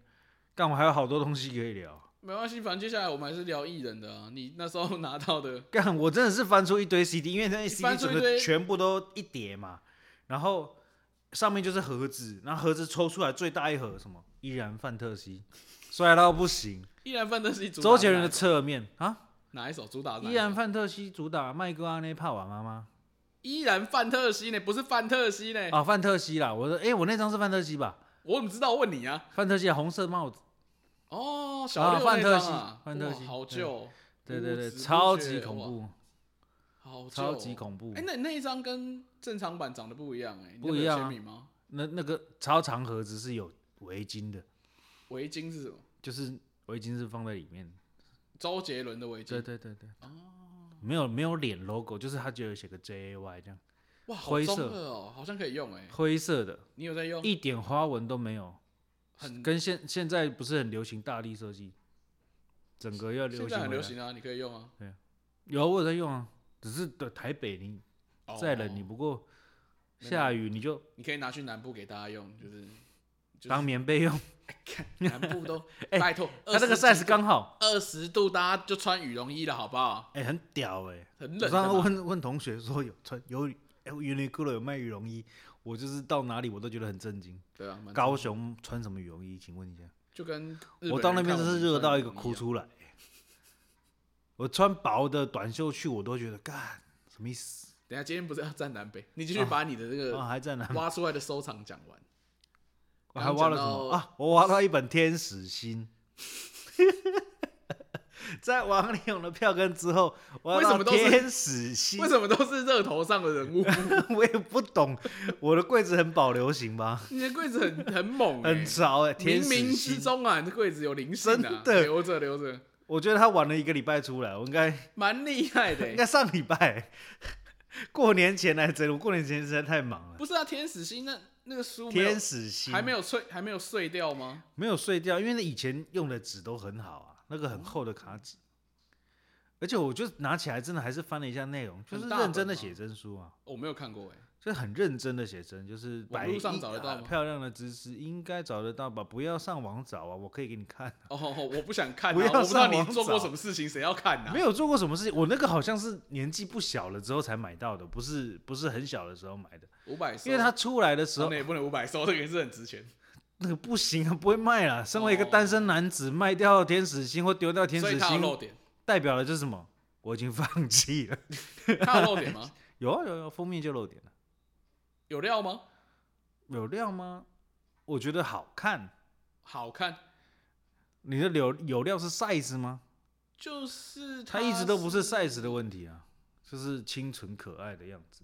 S1: 但我还有好多东西可以聊。
S2: 没关系，反正接下来我们还是聊艺人的啊，你那时候拿到的 <laughs>
S1: 干，我真的是翻出一堆 CD，因为那些
S2: 翻
S1: CD
S2: 出一
S1: 整个
S2: 堆
S1: 全部都一叠嘛，然然后上面就是盒子，然后盒子抽出来最大一盒什么，依然范特西，帅到不行。
S2: 依然范特西主打
S1: 周杰伦的
S2: 哪一
S1: 侧面啊，
S2: 哪一首主打哪一首？
S1: 依然范特西主打麦哥阿内帕瓦妈妈
S2: 依然范特西呢，不是范特西呢？
S1: 啊，范特西啦，我说哎、我那张是范特西吧？
S2: 我怎么知道？我问你啊。
S1: 范特西的红色帽子，
S2: 哦，小六
S1: 啊
S2: 那
S1: 范特
S2: 张
S1: 西
S2: 啊，
S1: 范特
S2: 哇
S1: 西
S2: 好
S1: 对
S2: 旧哦，
S1: 对对对，
S2: 不知不
S1: 超
S2: 觉
S1: 级恐，
S2: 哇
S1: 怖，
S2: 好旧
S1: 超
S2: 哦
S1: 级恐怖
S2: 哎、。那那一张跟正常版长得不一样哎、你
S1: 不
S2: 那个有
S1: 一样
S2: 签
S1: 啊
S2: 名吗？
S1: 那那个超长盒子是有围巾的，
S2: 围巾是什么？
S1: 就是围巾是放在里面。
S2: 周杰伦的围
S1: 对
S2: 巾，
S1: 对对对。
S2: 哦
S1: 没有没有脸 logo，就是它就有写个 J A Y 这样，
S2: 哇，好
S1: 灰
S2: 中
S1: 色
S2: 二哦，好像可以用哎、
S1: 灰色的，
S2: 你有在用？
S1: 一点花纹都没有。
S2: 哦很
S1: 跟现现在不是很流行大力设计，整个要流行回来。
S2: 现在很流行啊，你可以用啊。
S1: 有我有在用啊，只是的台北你
S2: 哦
S1: 再冷，你不过
S2: 没
S1: 下雨你就
S2: 你可以拿去南部给大家用，
S1: <laughs>
S2: 就是就是
S1: 当棉被用。
S2: 南
S1: <laughs>
S2: 部都拜托，
S1: 它哎这个 size 刚好，
S2: 二十度，大家就穿羽绒衣了，好不好？
S1: 哎，很屌哎。
S2: 很
S1: 我
S2: 冷
S1: 上
S2: 的
S1: 次
S2: 嘛，
S1: 问问同学说有穿有哎原来骷髅有卖羽绒衣，我就是到哪里我都觉得很震惊。
S2: 对啊，蛮
S1: 高雄穿什么羽绒衣？请问一下。
S2: 就跟日
S1: 我
S2: 本
S1: 到
S2: 人
S1: 那边
S2: 看
S1: 真是
S2: 们
S1: 热
S2: 穿
S1: 到
S2: 羽
S1: 一个
S2: 绒衣
S1: 哭
S2: 啊。
S1: 出来。我穿薄的短袖去，我都觉得干什么意思？
S2: 等一下今天不是要站南北，你继续把你的这
S1: 啊，
S2: 个
S1: 还在哪？
S2: 挖出来的收藏讲完。
S1: 我
S2: 刚
S1: 还
S2: 刚
S1: 挖了什
S2: 讲
S1: 么
S2: 到
S1: 啊？我挖到一本《天使心》， <laughs> 在王力宏的票根之后，我
S2: 为什么都是
S1: 天使心
S2: 为？什么都是热头上的人物？ <laughs>
S1: <laughs> 我也不懂，我的柜子很保留型吧，
S2: 你的柜子很很猛、欸，
S1: 很潮哎、天
S2: 冥
S1: 使
S2: 冥之
S1: 心，
S2: 中啊，你的柜子有灵性啊，
S1: 真的
S2: 留着留着，
S1: 我觉得他晚了一个礼拜出来，我应该
S2: 蛮厉害的、
S1: 应 <laughs>
S2: 欸。
S1: 该上礼拜，过年前来整，我过年前实在太忙了。
S2: 不是啊，天使心那那个书没有
S1: 天使心
S2: 还没有碎还没有碎掉吗？
S1: 没有碎掉，因为那以前用的纸都很好啊，那个很厚的卡纸，而且我就拿起来真的还是翻了一下内容，就是
S2: 很大本啊
S1: 认真的
S2: 吗
S1: 写真书啊，
S2: 我没有看过哎、
S1: 就是很认真的写真，就是
S2: 网
S1: 摆
S2: 络上
S1: 一
S2: 找得到
S1: 啊
S2: 吗
S1: 漂亮的姿势，应该找得到吧？不要上网找啊，我可以给你看。
S2: <laughs> 哦，我不想看、啊，
S1: 不要
S2: 我不知道
S1: 上
S2: 你
S1: 网
S2: 做过
S1: 找
S2: 什么事情，谁要看呢、啊
S1: 没有做过什么事情，我那个好像是年纪不小了之后才买到的，不是不是很小的时候买的，
S2: 五百收，
S1: 因为它出来的时
S2: 收
S1: 候
S2: 啊那也不能五百收，这个也是很值钱，
S1: 那个不行啊，不会卖啦。身为一个
S2: 哦
S1: 单身男子，卖掉天使星或丢掉天
S2: 所以
S1: 使
S2: 它有漏
S1: 星，
S2: 点， <laughs>
S1: 代表的就是什么？我已经放弃了。 <laughs>
S2: 它有漏点吗？
S1: 有啊有啊有，封面就露点了。
S2: 有料吗？
S1: 有料吗？我觉得好看。
S2: 好看，
S1: 你的流有料是 size 吗？
S2: 就是
S1: 它一直都不是 size 的问题啊，就是清纯可爱的样子。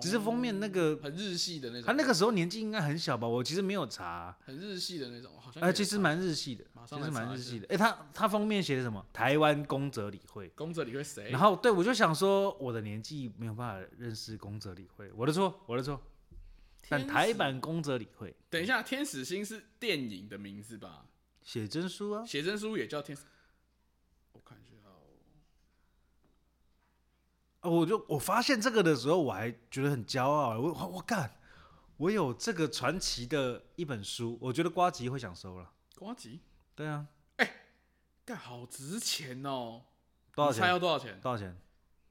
S1: 只是封面那个
S2: 哦很日系的那种，
S1: 他那个时候年纪应该很小吧？我其实没有查、
S2: 很日系的那种，好像
S1: 哎，
S2: 有
S1: 其实蛮日系的
S2: 马，上
S1: 其
S2: 来
S1: 实蛮
S2: 查一
S1: 日
S2: 下
S1: 系的。哎、他他封面写的什么？台湾宫泽理惠。
S2: 宫泽理惠谁
S1: 然？后对我就想说，我的年纪没有办法认识宫泽理惠，我的错，我的错。但
S2: 天
S1: 台
S2: 使
S1: 版宫泽理惠
S2: 等一下，天使星是电影的名字吧？
S1: 写真书啊，
S2: 写真书也叫天使，我看一下哦，
S1: 哦，我就我发现这个的时候，我还觉得很骄傲。欸我我我干，我有这个传奇的一本书，我觉得瓜吉会想收了。
S2: 瓜吉，
S1: 对啊，
S2: 干好值钱哦！
S1: 多少
S2: 你猜
S1: 钱？
S2: 要多少钱？
S1: 多少钱？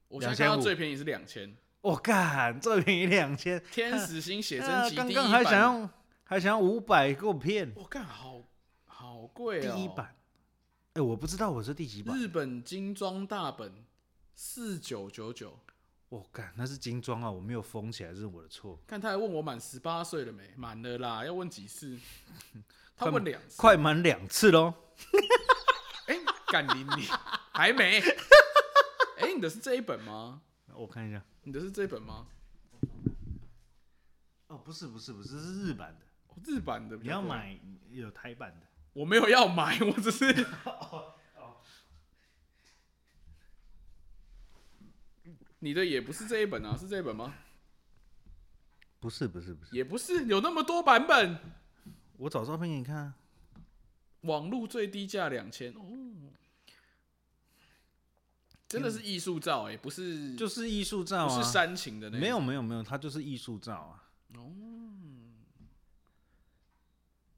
S2: 我现在看到
S1: 2500
S2: 最便宜是
S1: <laughs>
S2: 两千。
S1: 我干，这便宜两千。
S2: 天使星写真
S1: 啊
S2: 集
S1: 刚
S2: 第一
S1: 刚还想
S2: 版，
S1: 要还想要五百给我骗
S2: 我干好好贵哦！
S1: 第一版。哎，我不知道我是第几版。
S2: 日本精装大本四九九九，
S1: 我干，那是精装啊，我没有封起来，这是我的错。
S2: 看他还问我满十八岁了没？满了啦，要问几次？
S1: <laughs>
S2: 他问两次，
S1: 快满两次喽。
S2: 哎，干你
S1: <laughs>
S2: 你还没？哎，你的是这一本吗？
S1: 我看一下。
S2: 你的是这一本吗？
S1: 哦，不是不是不是，这是日版的。
S2: 哦日版的比
S1: 你
S2: 较
S1: 要
S2: 贵？
S1: 买有台版的。
S2: 我没有要买， <laughs> 我只是你的也不是这一本啊，是这一本吗？
S1: 不是不是不是，
S2: 也不是，有那么多版本。
S1: 我找照片给你看啊。
S2: 网络最低价两千哦，真的是艺术照哎、不是
S1: 就是艺术照
S2: 不
S1: 啊，
S2: 是煽情的那
S1: 没有没有没有，它就是艺术照啊。
S2: 哦，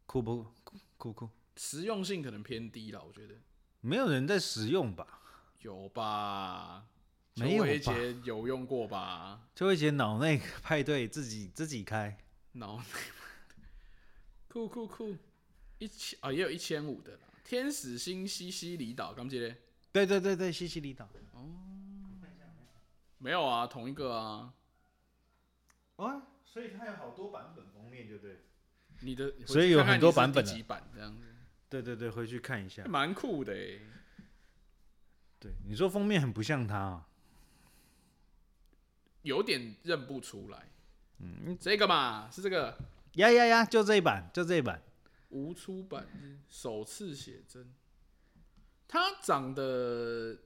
S1: 酷不酷酷酷？
S2: 实用性可能偏低了，我觉得
S1: 没有人在使用吧？
S2: 有吧？
S1: 没有
S2: 邱维
S1: 吧
S2: 杰有用过吧？
S1: 邱慧杰脑内派对自己自己开，
S2: 脑 <laughs> 酷酷酷，一千啊、也有一千五的啦。天使星西西里岛，刚接
S1: 对对对对，西西里岛。
S2: 没有啊，同一个啊。
S1: 哦，所以它有好多版本封面，对不对？
S2: 你的
S1: 所以有很多版本啊
S2: 看看你是第几版这样子，
S1: 对对对，回去看一下
S2: 还。蛮酷的欸
S1: 对，你说封面很不像他、啊，
S2: 有点认不出来。嗯，这个嘛是这个
S1: 呀呀呀，就这一版，就这一版。
S2: 无出版日首次写真，他长得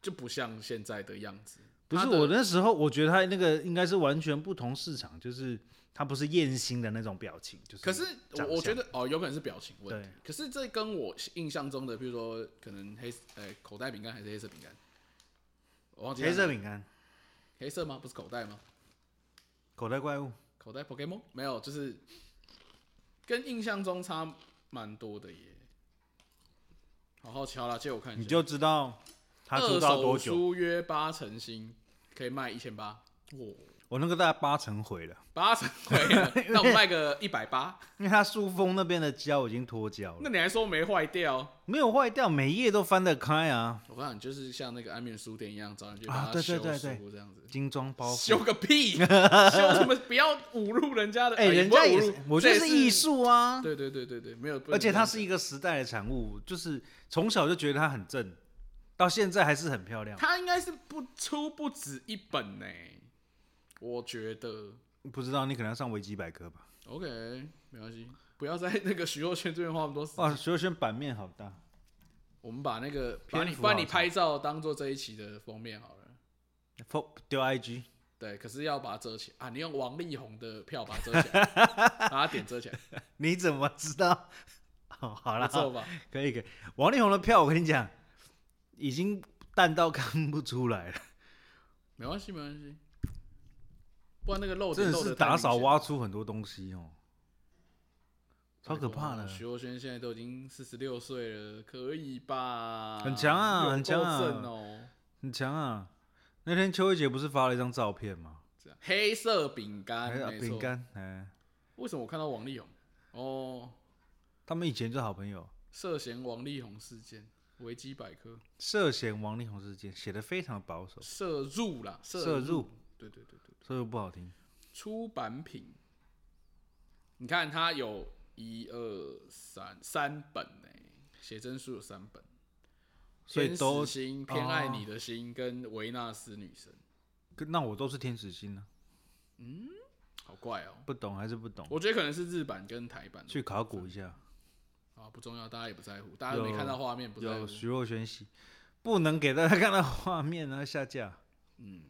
S2: 就不像现在的样子。
S1: 不是
S2: 他的
S1: 我那时候，我觉得他那个应该是完全不同市场，就是他不是艳星的那种表情，就是。
S2: 可是我
S1: 长
S2: 我觉
S1: 相
S2: 得哦，有可能是表情问题
S1: 对。
S2: 可是这跟我印象中的，比如说可能黑呃口袋饼干还是黑色饼干，我忘记
S1: 黑色
S2: 了
S1: 饼干、
S2: 黑色吗？不是口袋吗？
S1: 口袋怪物，
S2: 口袋 Pokemon 没有，就是跟印象中差蛮多的耶。好好奇，好啦，借我看一下。
S1: 你就知道他出
S2: 二
S1: 道
S2: 手
S1: 多久。
S2: 书约八成新，可以卖一千八，哇，
S1: 我那个大概八成毁了，
S2: 八成亏
S1: <laughs>
S2: 了。那我卖个一百八，
S1: 因为他塑封那边的胶已经脱胶了
S2: 那，你还说没坏掉？
S1: 没有坏掉，每页都翻得开啊。
S2: 我看你就是像那个安眠书店一样，找人去
S1: 啊
S2: 帮他
S1: 对对
S2: 修
S1: 对
S2: 书这样子。
S1: 精装包袱
S2: 修
S1: <laughs>
S2: 个屁！修什么？不要侮辱人家的，
S1: 哎、
S2: 呃
S1: 人家
S2: 不
S1: 也
S2: 侮辱
S1: 是，我觉
S2: 这
S1: 得
S2: 也
S1: 是艺。术啊，
S2: 对对对对对，没有。不能
S1: 而且它
S2: 这
S1: 是
S2: 样
S1: 一个时代的产物，就是从小就觉得它很正，到现在还是很漂亮
S2: 讲，。他应该是不出不止一本呢、我觉得。
S1: 不知道你可能要上维基百科吧？
S2: OK，没关系，不要在那个徐若瑄这边花那么多时间。
S1: 哇，徐若瑄版面好大，
S2: 我们把那个把你
S1: 篇幅
S2: 把
S1: 好
S2: 你
S1: 长
S2: 拍照当做这一期的封面好了。
S1: 放丢 IG，
S2: 对，可是要把它遮起来啊！你用王力宏的票把它遮
S1: <laughs>
S2: 起来，把它点遮起来，
S1: 你怎么知道？ <laughs> 哦，好了
S2: 不，错吧？
S1: 可以可以。王力宏的票，我跟你讲，已经淡到看不出来
S2: <laughs>
S1: 了，
S2: 没关系，没关系。不然那个漏点
S1: 真的
S2: 漏得
S1: 是
S2: 太
S1: 打
S2: 明
S1: 扫
S2: 显
S1: 挖出很多东西哦，超
S2: 拜
S1: 可
S2: 托
S1: 怕的。
S2: 徐若瑄现在都已经四十六岁了，可以吧？
S1: 很强啊
S2: 有够
S1: 很强啊
S2: 正哦，
S1: 很强啊！那天秋叶姐不是发了一张照片吗？
S2: 这样黑色饼干，
S1: 还有
S2: 啊没错
S1: 饼。干，哎，
S2: 为什么我看到王力宏？哦，
S1: 他们以前是好朋友。
S2: 涉嫌王力宏事件，维基百科
S1: 涉嫌王力宏事件写的非常保守，
S2: 涉入啦，
S1: 涉
S2: 涉
S1: 入，
S2: 对对对对，
S1: 所以不好听。
S2: 出版品。你看，它有一二三三本呢、写真书有三本，
S1: 所以
S2: 天使
S1: 都
S2: 心偏爱
S1: 哦
S2: 你的心跟维纳斯女神，
S1: 可那我都是天使心呢、
S2: 好怪哦、
S1: 不懂还是不懂，
S2: 我觉得可能是日版跟台版的
S1: 去考古一下。
S2: 啊，不重要，大家也不在乎，大家都没
S1: 有
S2: 看到画面，不在乎
S1: 有。徐若瑄戏，不能给大家看到画面啊，下架。嗯，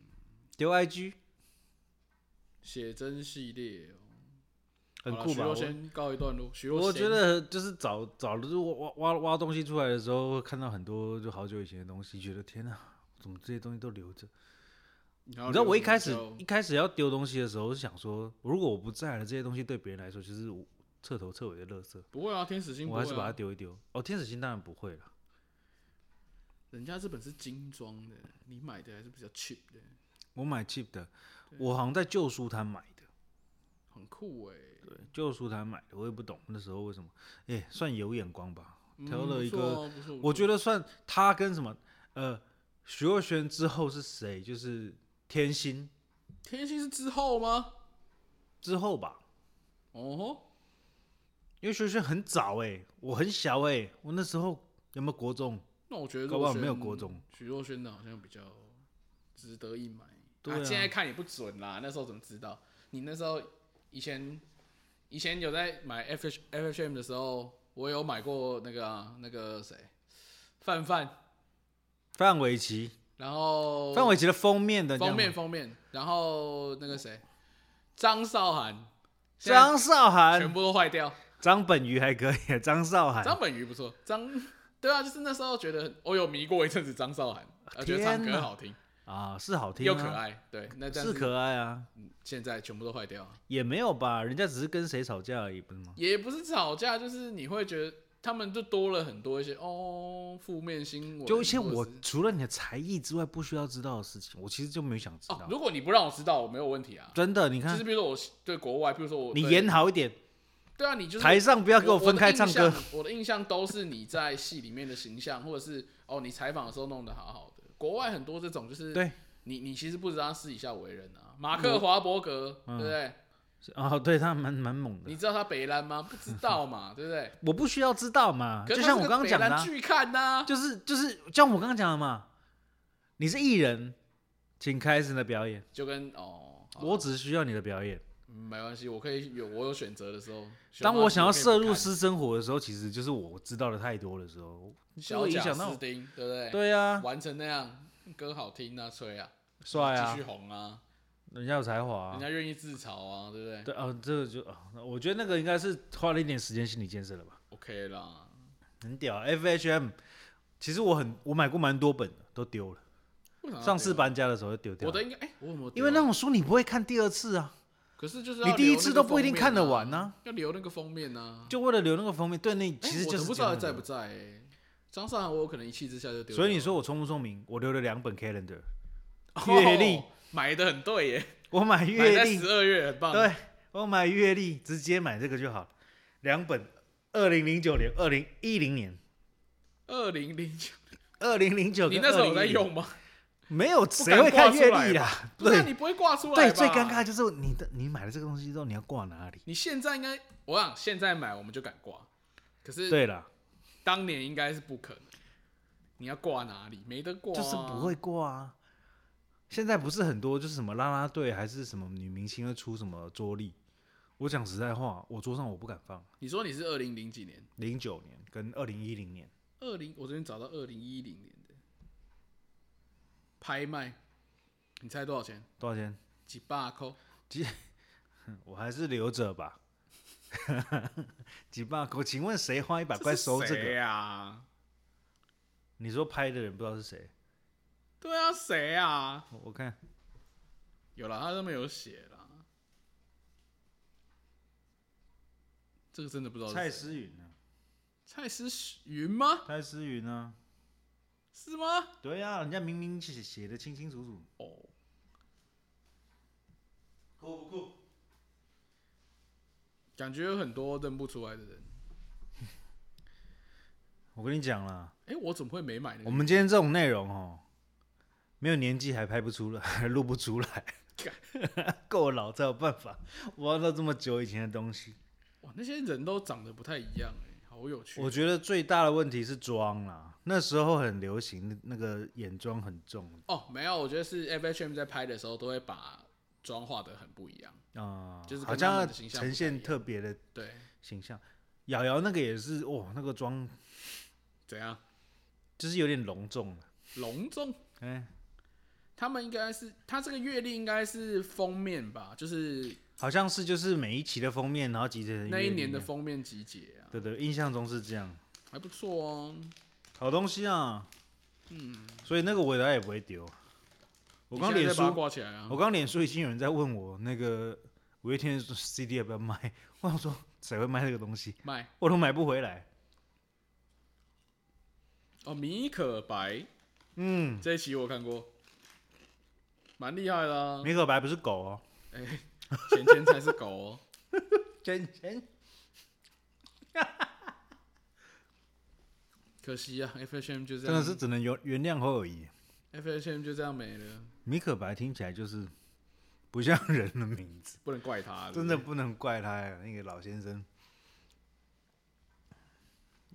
S1: 丢 IG
S2: 写真系列、哦，
S1: 很
S2: 好啦
S1: 酷
S2: 徐
S1: 吧？
S2: 若
S1: 我
S2: 瑄告一段落，徐若瑄，
S1: 我觉得就是找找的，就挖挖挖东西出来的时候，会看到很多就好久以前的东西，觉得天哪、怎么这些东西都留着？
S2: 你知道
S1: 你知道我一开
S2: 比
S1: 始
S2: 较
S1: 一开始要丢东西的时候，我是想说，如果我不在了，这些东西对别人来说就是我彻头彻尾的垃圾。
S2: 不会啊，天使星不
S1: 我
S2: 会、啊，
S1: 还是把它丢一丢。哦，天使星当然不会了，
S2: 人家这本是精装的，你买的还是比较 cheap 的，
S1: 我买 cheap 的，我好像在旧书摊买的，
S2: 很酷哎、
S1: 对，旧书摊买的，我也不懂那时候为什么，哎、算有眼光吧，
S2: 嗯
S1: 挑了一
S2: 不
S1: 个，
S2: 错哦不错
S1: 我觉得算他跟什么，呃，徐若瑄之后是谁？就是天心
S2: 得天星是之后吗？
S1: 之后吧，
S2: 哦吼，
S1: 因为徐若瑄很早哎、我很小哎、我那时候有没有国中？
S2: 那我觉得
S1: 搞不好
S2: 若瑄
S1: 没有国中，
S2: 徐若瑄的好像比较值得一买。
S1: 对啊
S2: 现在看也不准啦，那时候怎么知道？你那时候以前以前有在买 F H F H M 的时候，我有买过那个啊、那个谁范范，
S1: 范玮琪，
S2: 然后
S1: 范玮琪的封面的
S2: 封面
S1: 你知道吗
S2: 封面，然后那个谁张韶涵，现在
S1: 张韶
S2: 全
S1: 涵、
S2: 部都坏掉。
S1: 张本鱼还可以，啊张韶涵。
S2: 张本鱼不错，张对啊，就是那时候觉得很我有迷过一阵子张韶涵，啊，觉得唱
S1: 天哪
S2: 歌好听
S1: 啊，是好听、啊，
S2: 又可，爱，对，那但
S1: 是可爱啊，
S2: 现在全部都坏掉了，
S1: 也没有吧，人家只是跟谁吵架而已，不是吗？
S2: 也不是吵架，就是你会觉得他们就多了很多一些哦负面新闻，
S1: 就一些
S2: 或
S1: 我
S2: 者是哦
S1: 除了你的才艺之外不需要知道的事情，我其实就没想知
S2: 哦，
S1: 道。
S2: 如果你不让我知道，我没有问题啊。
S1: 真的，你
S2: 就
S1: 看
S2: 是比如说我对国外，比如说我
S1: 你
S2: 对
S1: 演好一点，
S2: 对啊，你就是
S1: 台上不要给
S2: 我
S1: 分开唱歌。。
S2: 我的印象我的印象都是你在戏里面的形象，或者是哦你采访的时候弄得好好的。国外很多这种就是
S1: 对，
S2: 你你其实不知道他私底下为人啊。马克华伯格、
S1: 嗯
S2: 对不对？
S1: 哦，对他蛮蛮猛的
S2: 你，知道他北兰吗？不知道嘛，对不
S1: <laughs>
S2: 对？
S1: 我不需要知道嘛，
S2: 可
S1: 就是像我刚刚讲的啊、
S2: 去看呐、
S1: 就是就是就像我刚刚讲的嘛，你是艺人，请开始你的表演，
S2: 就跟哦，好
S1: 我只需要你的表演。
S2: 嗯没关系，我可以有我有选择的时候。
S1: 当我想要摄入
S2: 小
S1: 私生活的时候，其实就是我知道的太多的时候，就会影
S2: 贾
S1: 响
S2: 斯
S1: 到。
S2: 汀，对不对？
S1: 对啊，
S2: 玩成那样，歌好听啊，吹啊，
S1: 帅啊
S2: 继续，红啊，
S1: 人家有才华、
S2: 人
S1: 啊。
S2: 家愿意自嘲啊，对不对
S1: 对啊、这个就、啊，我觉得那个应该是花了一点时间心理建设了吧，
S2: ？OK 啦，
S1: 很屌、FHM，其实我很我买过蛮多本的，都丢了。
S2: 为啥要
S1: 上次
S2: 留
S1: 搬家的时候就丢掉
S2: 啊我
S1: 了，
S2: 的应该哎、我有没有丢啊？
S1: 因为那种书你不会看第二次啊。
S2: 可是就是
S1: 你
S2: 要
S1: 第一
S2: 留那
S1: 次
S2: 个
S1: 都不一定
S2: 封面
S1: 看得
S2: 啊
S1: 完啊，
S2: 要留那个封面呐、啊。
S1: 就为了留那个封面，对，那其
S2: 哎
S1: 实
S2: 我
S1: 就
S2: 都
S1: 是
S2: 不知道还
S1: 这
S2: 在
S1: 样
S2: 不
S1: 的
S2: 在、欸。张韶涵我有可能一气之下就丢掉了。
S1: 所以你说我聪不聪明？我留了两本
S2: <laughs>
S1: calendar，
S2: 哦
S1: 阅历，
S2: 买的很对耶，
S1: 我买阅历，
S2: 十二月很棒。
S1: 对我买阅历，直接买这个就好了，两本，二零零九年、二零一零年、
S2: 二零零九，
S1: 二零零九，
S2: 你那时候有在，用吗？
S1: 没有谁会看阅历啦？
S2: 不然
S1: 对
S2: 你不会挂出来。
S1: 对，最尴尬。就是你的你买了这个东西之后，你要挂哪里？
S2: 你现在应该，我想现在买我们就敢挂，可是
S1: 对啦，
S2: 当年应该是不可能。你要挂哪里？没得挂、啊
S1: 就是不会。挂啊。现在不是很多，就是什么啦啦队还是什么女明星会出什么桌历。我讲实在话，我桌上我不敢放。
S2: 你说你是二零零几年？
S1: 零九年跟二零一零年，
S2: 二零，我这边找到二零一零年的拍卖，你猜多少钱？
S1: 多少钱？嗯
S2: 几百块？
S1: 我还是留着吧。 <laughs> 几把口，请问谁花一百块收这个？
S2: 呀、
S1: 你说拍的人不知道是谁？
S2: 对啊，谁啊？
S1: 我我看
S2: 有啦，他上面有写啦。这个真的不知道是
S1: 蔡
S2: 谁
S1: 思云呢？
S2: 蔡思云吗？
S1: 蔡思云呢？
S2: 是吗？
S1: 对呀、人家明明写写的清清楚楚。
S2: 哦，
S1: 酷不酷？
S2: 感觉有很多认不出来的人。
S1: 我跟你讲啦，
S2: 哎、我怎么会没买那
S1: 我
S2: 个？
S1: 们今天这种内容哦，没有年纪还拍不出来， <laughs> 还录不出来，够老才有办法挖到这么久以前的东西。
S2: 哇，那些人都长得不太一样哎、好有趣。
S1: 我觉得最大的问题是妆啦，那时候很流行那个眼妆很重
S2: 哦，没有，我觉得是 FHM 在拍的时候都会把妆画的很不一样。
S1: 啊、呃
S2: 就是
S1: 好
S2: 跟
S1: 像
S2: 他
S1: 要
S2: 们的形象
S1: 呈
S2: 不太一
S1: 现
S2: 样
S1: 特别的
S2: 对，
S1: 形象。瑶瑶那个也是，哇，那个妆
S2: 怎样？
S1: 就是有点隆重了，
S2: 隆重？
S1: 哎、
S2: 他们应该是他这个阅历应该是封面吧，就是
S1: 好像是就是每一期的封面，然后集成
S2: 那一年的
S1: 封，
S2: 封面集结啊，
S1: 对对，印象中是这样，
S2: 还不错哦、
S1: 好东西啊，嗯，所以那个我大家也不会丢。我刚
S2: 你现
S1: 脸
S2: 在
S1: 书
S2: 再把它，挂起来啊
S1: 我，刚脸书已经有人在问我那个五月天的 CD 要不要卖， <laughs> 我想说谁会卖这个东西，
S2: 卖
S1: 我都买不回来。
S2: 哦，米可白
S1: 嗯，
S2: 这一期我看过，蛮厉害的、啊，
S1: 米可白不是狗哦，
S2: 哎、钱钱才是狗哦、
S1: 真
S2: 啊
S1: 真
S2: 可惜啊，FHM 就这
S1: 真的
S2: 样，
S1: 是只能原原谅侯友谊。
S2: FHM 就这样没了，
S1: 米可白听起来就是不像人的名字，
S2: 不能怪他，
S1: 真的
S2: 对不对
S1: 不能怪他呀，那个老先生。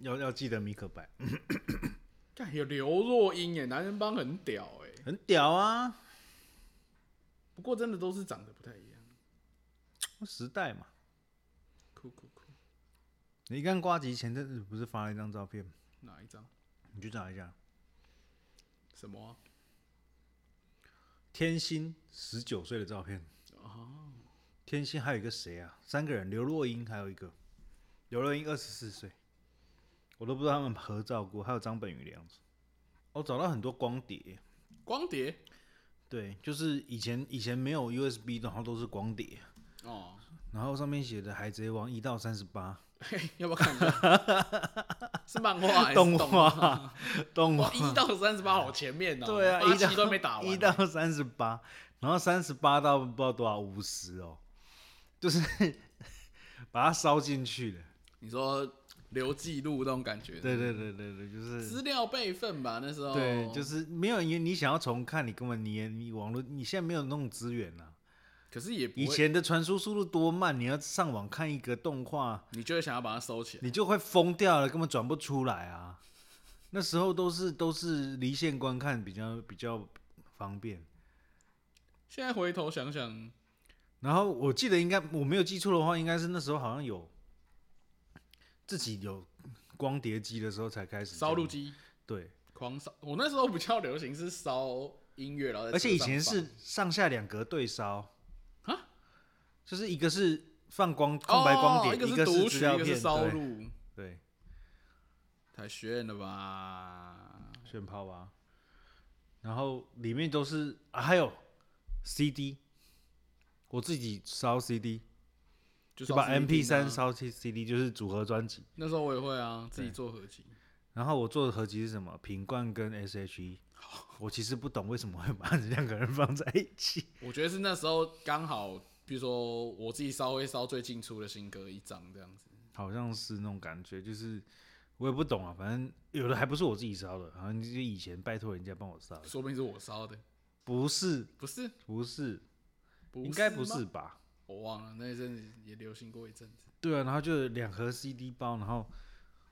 S1: 要要记得米可白
S2: 干有刘若英哎，男人帮很屌哎、
S1: 很屌啊，
S2: 不过真的都是长得不太一样，
S1: 时代嘛。
S2: 酷酷酷，
S1: 你看瓜吉前阵子不是发了一张照片，
S2: 哪一张？
S1: 你去找一下，
S2: 什么啊、
S1: 天心十九岁的照片。
S2: 哦，
S1: 天心还有一个谁啊？三个人，刘若英还有一个，刘若英二十四岁，我都不知道他们合照过，还有张本煜的样子。我找到很多光碟，
S2: 光碟
S1: 对，就是以前以前没有 USB，然后都是光碟，
S2: 哦， <laughs>
S1: 然后上面写的《海贼王》一到三十八，
S2: 嘿，要不要看一下？ <laughs> 是漫画还是
S1: 哦动
S2: 画？
S1: 画，动
S2: 哇
S1: 画，
S2: 一到三十八好前面哦，
S1: 对啊，
S2: 八
S1: 一
S2: 集
S1: 到
S2: 都没打完，
S1: 一到三十八，然后三十八到不知道多少五十哦，就是 <laughs> 把它烧进去的。
S2: 你说留记录那种感觉，
S1: 对对对对对，就是
S2: 资料备份吧，那时候
S1: 对，就是没有，因为你想要重看，你根本你也你网络你现在没有那种资源呐、
S2: 可是也不
S1: 以
S2: 会，
S1: 前的传输速度多慢，你要上网看一个动画，
S2: 你就会想要把它收起来。
S1: 你就会疯掉了，根本转不出来啊。那时候都是都是离线观看比较比较方便。
S2: 现在回头想想，
S1: 然后我记得应该我没有记错的话，应该是那时候好像有自己有光碟机的时候才开始
S2: 烧录
S1: 这样
S2: 机
S1: 对，
S2: 狂烧，我那时候比较流行是烧音乐，然后在
S1: 而且
S2: 车
S1: 以
S2: 呃上
S1: 前
S2: 放
S1: 是上下两格对烧
S2: 啊，
S1: 就是一个是放光空白光
S2: 哦
S1: 碟，
S2: 一个
S1: 个
S2: 读
S1: 资
S2: 取，
S1: 料
S2: 一个
S1: 片，
S2: 是烧
S1: 对
S2: 录，
S1: 对，
S2: 太炫了吧？
S1: 炫炮啊。然后里面都是啊，还有 CD，我自己烧 CD，
S2: 就
S1: 就
S2: 烧
S1: 把
S2: CD
S1: MP 三
S2: 啊
S1: 烧 T CD，就是组合专辑。
S2: 那时候我也会啊，自己做合集。
S1: 然后我做的合集是什么？品冠跟 SHE。我其实不懂为什么会把这两个人放在一起。
S2: 我觉得是那时候刚好，比如说我自己稍微烧最近出的新歌一张这样子。
S1: 好像是那种感觉，就是我也不懂啊，反正有的还不是我自己烧的，好像就以前拜托人家帮我烧的，
S2: 说不定是我烧的，
S1: 不是，
S2: 不是，
S1: 不是，
S2: 不
S1: 应该不
S2: 吗
S1: 是，吧？
S2: 我忘了，那一阵子也流行过一阵子。
S1: 对啊，然后就两盒 CD 包，然后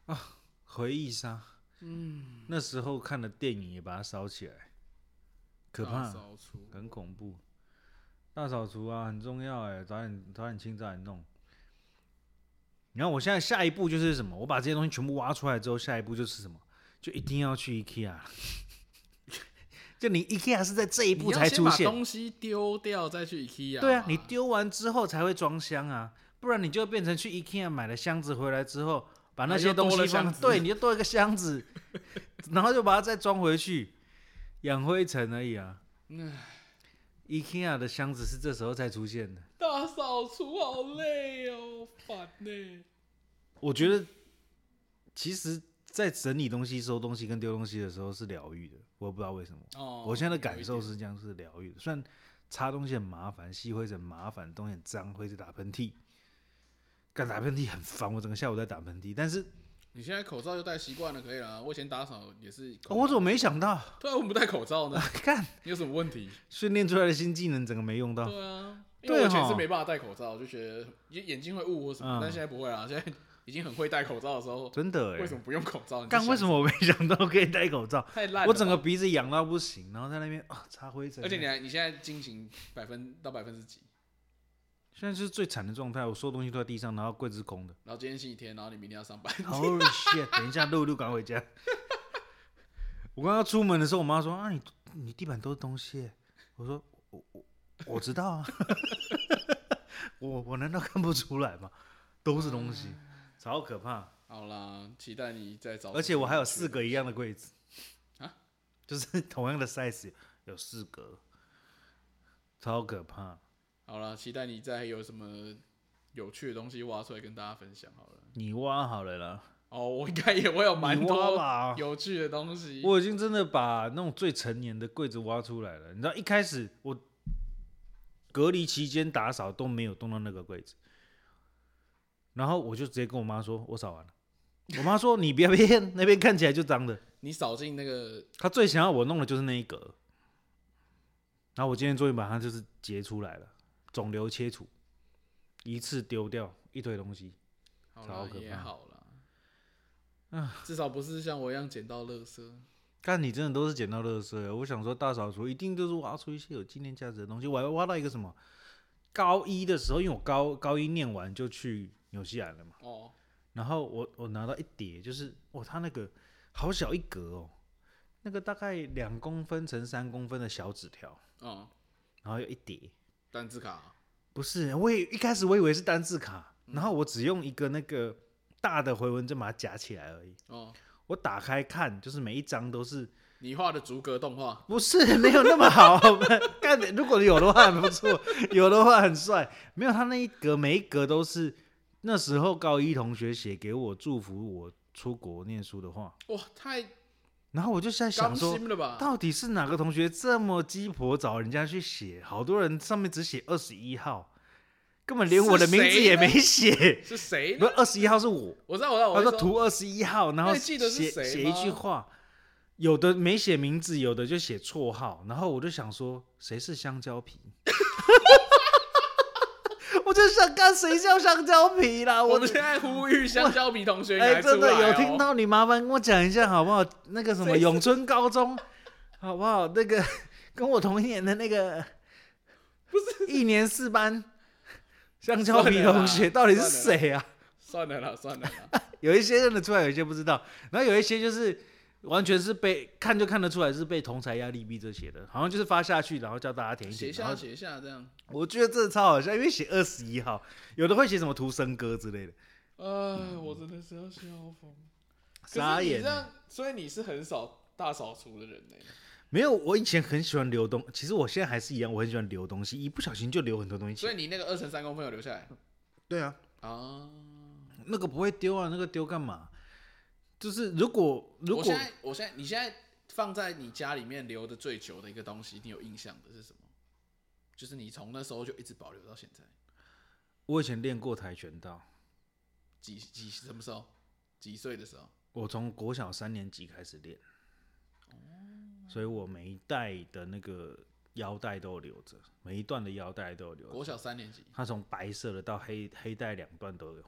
S1: 啊，回忆杀，嗯，那时候看的电影也把它烧起来，可
S2: 大
S1: 怕，
S2: 扫除，
S1: 很恐怖。大扫除啊，很重要哎，早点早点清，早点弄。然后我现在下一步就是什么？我把这些东西全部挖出来之后，下一步就是什么？就一定要去 IKEA。就你 IKEA 是在这一
S2: 你
S1: 步
S2: 要
S1: 才
S2: 先
S1: 出
S2: 把
S1: 现，
S2: 东西丢掉再去 IKEA 吧。
S1: 对啊，你丢完之后才会装箱啊，不然你就变成去 IKEA 买了箱子回来之后，把那
S2: 啊
S1: 些
S2: 又多
S1: 东西
S2: 了
S1: 放
S2: 箱，子
S1: 对，你就多一个箱子， <laughs> 然后就把它再装回去，养灰尘而已啊。IKEA 的箱子是这时候才出现的。
S2: 大扫除好累哦，烦呢。
S1: 我觉得，其实，在整理东西、收东西跟丢东西的时候是疗愈的，我也不知道为什么。
S2: 哦，
S1: 我现在的感
S2: 有
S1: 受
S2: 一点
S1: 是这样，是疗愈的。虽然擦东西很麻烦，吸灰尘很麻烦，东西很脏，会一直打喷嚏，干打喷嚏很烦，我整个下午在打喷嚏。但是、
S2: 你现在口罩就戴习惯了，可以了。我以前打扫也是口罩，
S1: 哦我怎么没想到？ <laughs>
S2: 对啊，我们不戴口罩呢？ <laughs>
S1: 看
S2: 你有什么问题？
S1: 训练出来的新技能，整个没用到。
S2: 对啊，因为我
S1: 哦对
S2: 以前是
S1: 齁
S2: 没办法戴口罩，我就觉得眼眼睛会雾或什
S1: 嗯
S2: 么，但现在不会啦，现在已经很会戴口罩的时候，
S1: 真的哎、
S2: 为什么不用口罩？你就
S1: 干
S2: 想
S1: 为什么我没想到可以 <laughs> 戴口罩？
S2: 太烂了吧？
S1: 我整个鼻子痒到不行，然后在那边啊擦灰尘。
S2: 而且你还你现在进行百分到百分之几？
S1: 现在就是最惨的状态，我所有东西都在地上，然后柜子是空 <laughs> 的。
S2: 然后今天星期天，然后你明天要上班， <laughs>
S1: Holy Oh shit！等一下，露露赶回家。 <laughs> 我刚刚出门的时候，我妈说：“啊，你你地板都是东西耶。”我说：“我我我知道啊， <laughs> 我我难道看不出来吗？都是东西，超可怕。
S2: 好啦，期待你再找。
S1: 而且我还有四，个一样的柜子啊，就是同样的 size 有四格，超可怕。
S2: 好啦，期待你再有什么有趣的东西挖出来跟大家分享好了。
S1: 你挖好了啦，
S2: 哦，我应该也会有蛮
S1: 你挖
S2: 多
S1: 吧。
S2: 有趣的东西。
S1: 我已经真的把那种最成年的柜子挖出来了。你知道一开始我隔离期间打扫都没有动到那个柜子，然后我就直接跟我妈说，我扫完了。我妈说你别骗，那边看起来就脏的。
S2: 你扫进那个
S1: 她最想要我弄的就是那一格。然后我今天终于把它就是截出来了，肿瘤切除，一次丢掉一堆东西。
S2: 好
S1: 超
S2: 啦
S1: 可
S2: 也
S1: 怕
S2: 好啦，至少不是像我一样捡到垃圾。
S1: 但你真的都是捡到垃圾欸。我想说，大扫除一定就是挖出一些有纪念价值的东西。我还挖到一个什么？高一的时候，因为我高高一念完就去纽西兰了嘛，
S2: 哦，
S1: 然后我我拿到一叠，就是哇，它那个好小一格哦，那个大概两公分乘三公分的小纸条，
S2: 哦，
S1: 然后有一叠。
S2: 单字卡，
S1: 不是，我也一开始我以为是单字卡，然后我只用一个那个大的回纹针把它夹起来而已。
S2: 哦，
S1: 我打开看，就是每一张都是
S2: 你画的逐格动画，
S1: 不是没有那么好，干的如果有的话很不错，有的话很帅。没有，他那一格每一格都是那时候高一同学写给我祝福我出国念书的话，
S2: 哇，太
S1: 然后我就在
S2: 刚
S1: 想说，
S2: 心了吧？
S1: 到底是哪个同学这么鸡婆找人家去写？好多人上面只写二十一号，根本连我的名字也没写。
S2: 是谁
S1: 不
S2: 呢？
S1: 是二十一号是我，
S2: 我知道，我知道，
S1: 他
S2: 我
S1: 说
S2: 会说
S1: 图二十一号，然后
S2: 那你记得是
S1: 写
S2: 谁
S1: 写
S2: 吗
S1: 一句话，有的没写名字，有的就写绰号，然后我就想说谁是香蕉皮， <laughs> 我就想看谁叫香蕉皮啦，
S2: 我
S1: 我
S2: 们现在呼吁香蕉皮同学
S1: 哎、
S2: 赶快
S1: 真
S2: 出来
S1: 的
S2: 哦
S1: 有听到你，麻烦跟我讲一下好不好？那个什么
S2: 谁是
S1: 永春高中，好不好？那个 <laughs> 跟我同一年的那个，不是一年四班香蕉皮
S2: 算了啦
S1: 同学，到底是谁啊？
S2: 算了啦，算了啦，
S1: 有一些认得出来，有一些不知道，然后有一些就是完全是被看就看得出来是被同才压力逼着写的，好像就是发下去，然后叫大家填一
S2: 写
S1: 填。
S2: 一
S1: 然
S2: 下
S1: 后
S2: 写一下这样，
S1: 我觉得这超好笑，因为写二十一号，有的会写什么图生哥之类的，
S2: 哎，我真的是要笑疯。可
S1: 嗯傻
S2: 是
S1: 眼
S2: 你这。样，所以你是很少大扫除的人呢、
S1: 没有，我以前很喜欢留东，其实我现在还是一样，我很喜欢留东西，一不小心就留很多东西起
S2: 所
S1: 来。
S2: 以你那个二乘三公分有留下来
S1: 对啊，
S2: 啊？
S1: 那个不会丢啊，那个丢干嘛？就是如果如果
S2: 我现在，我现在，你现在放在你家里面留的最久的一个东西，你有印象的是什么？就是你从那时候就一直保留到现在，
S1: 我以前练过跆拳道，
S2: 几几什么时候？几岁的时候？
S1: 我从国小三年级开始练，所以我每一代的那个腰带都有留着，每一段的腰带都有留着。
S2: 国小三年级，
S1: 它从白色的到黑黑带两段都有，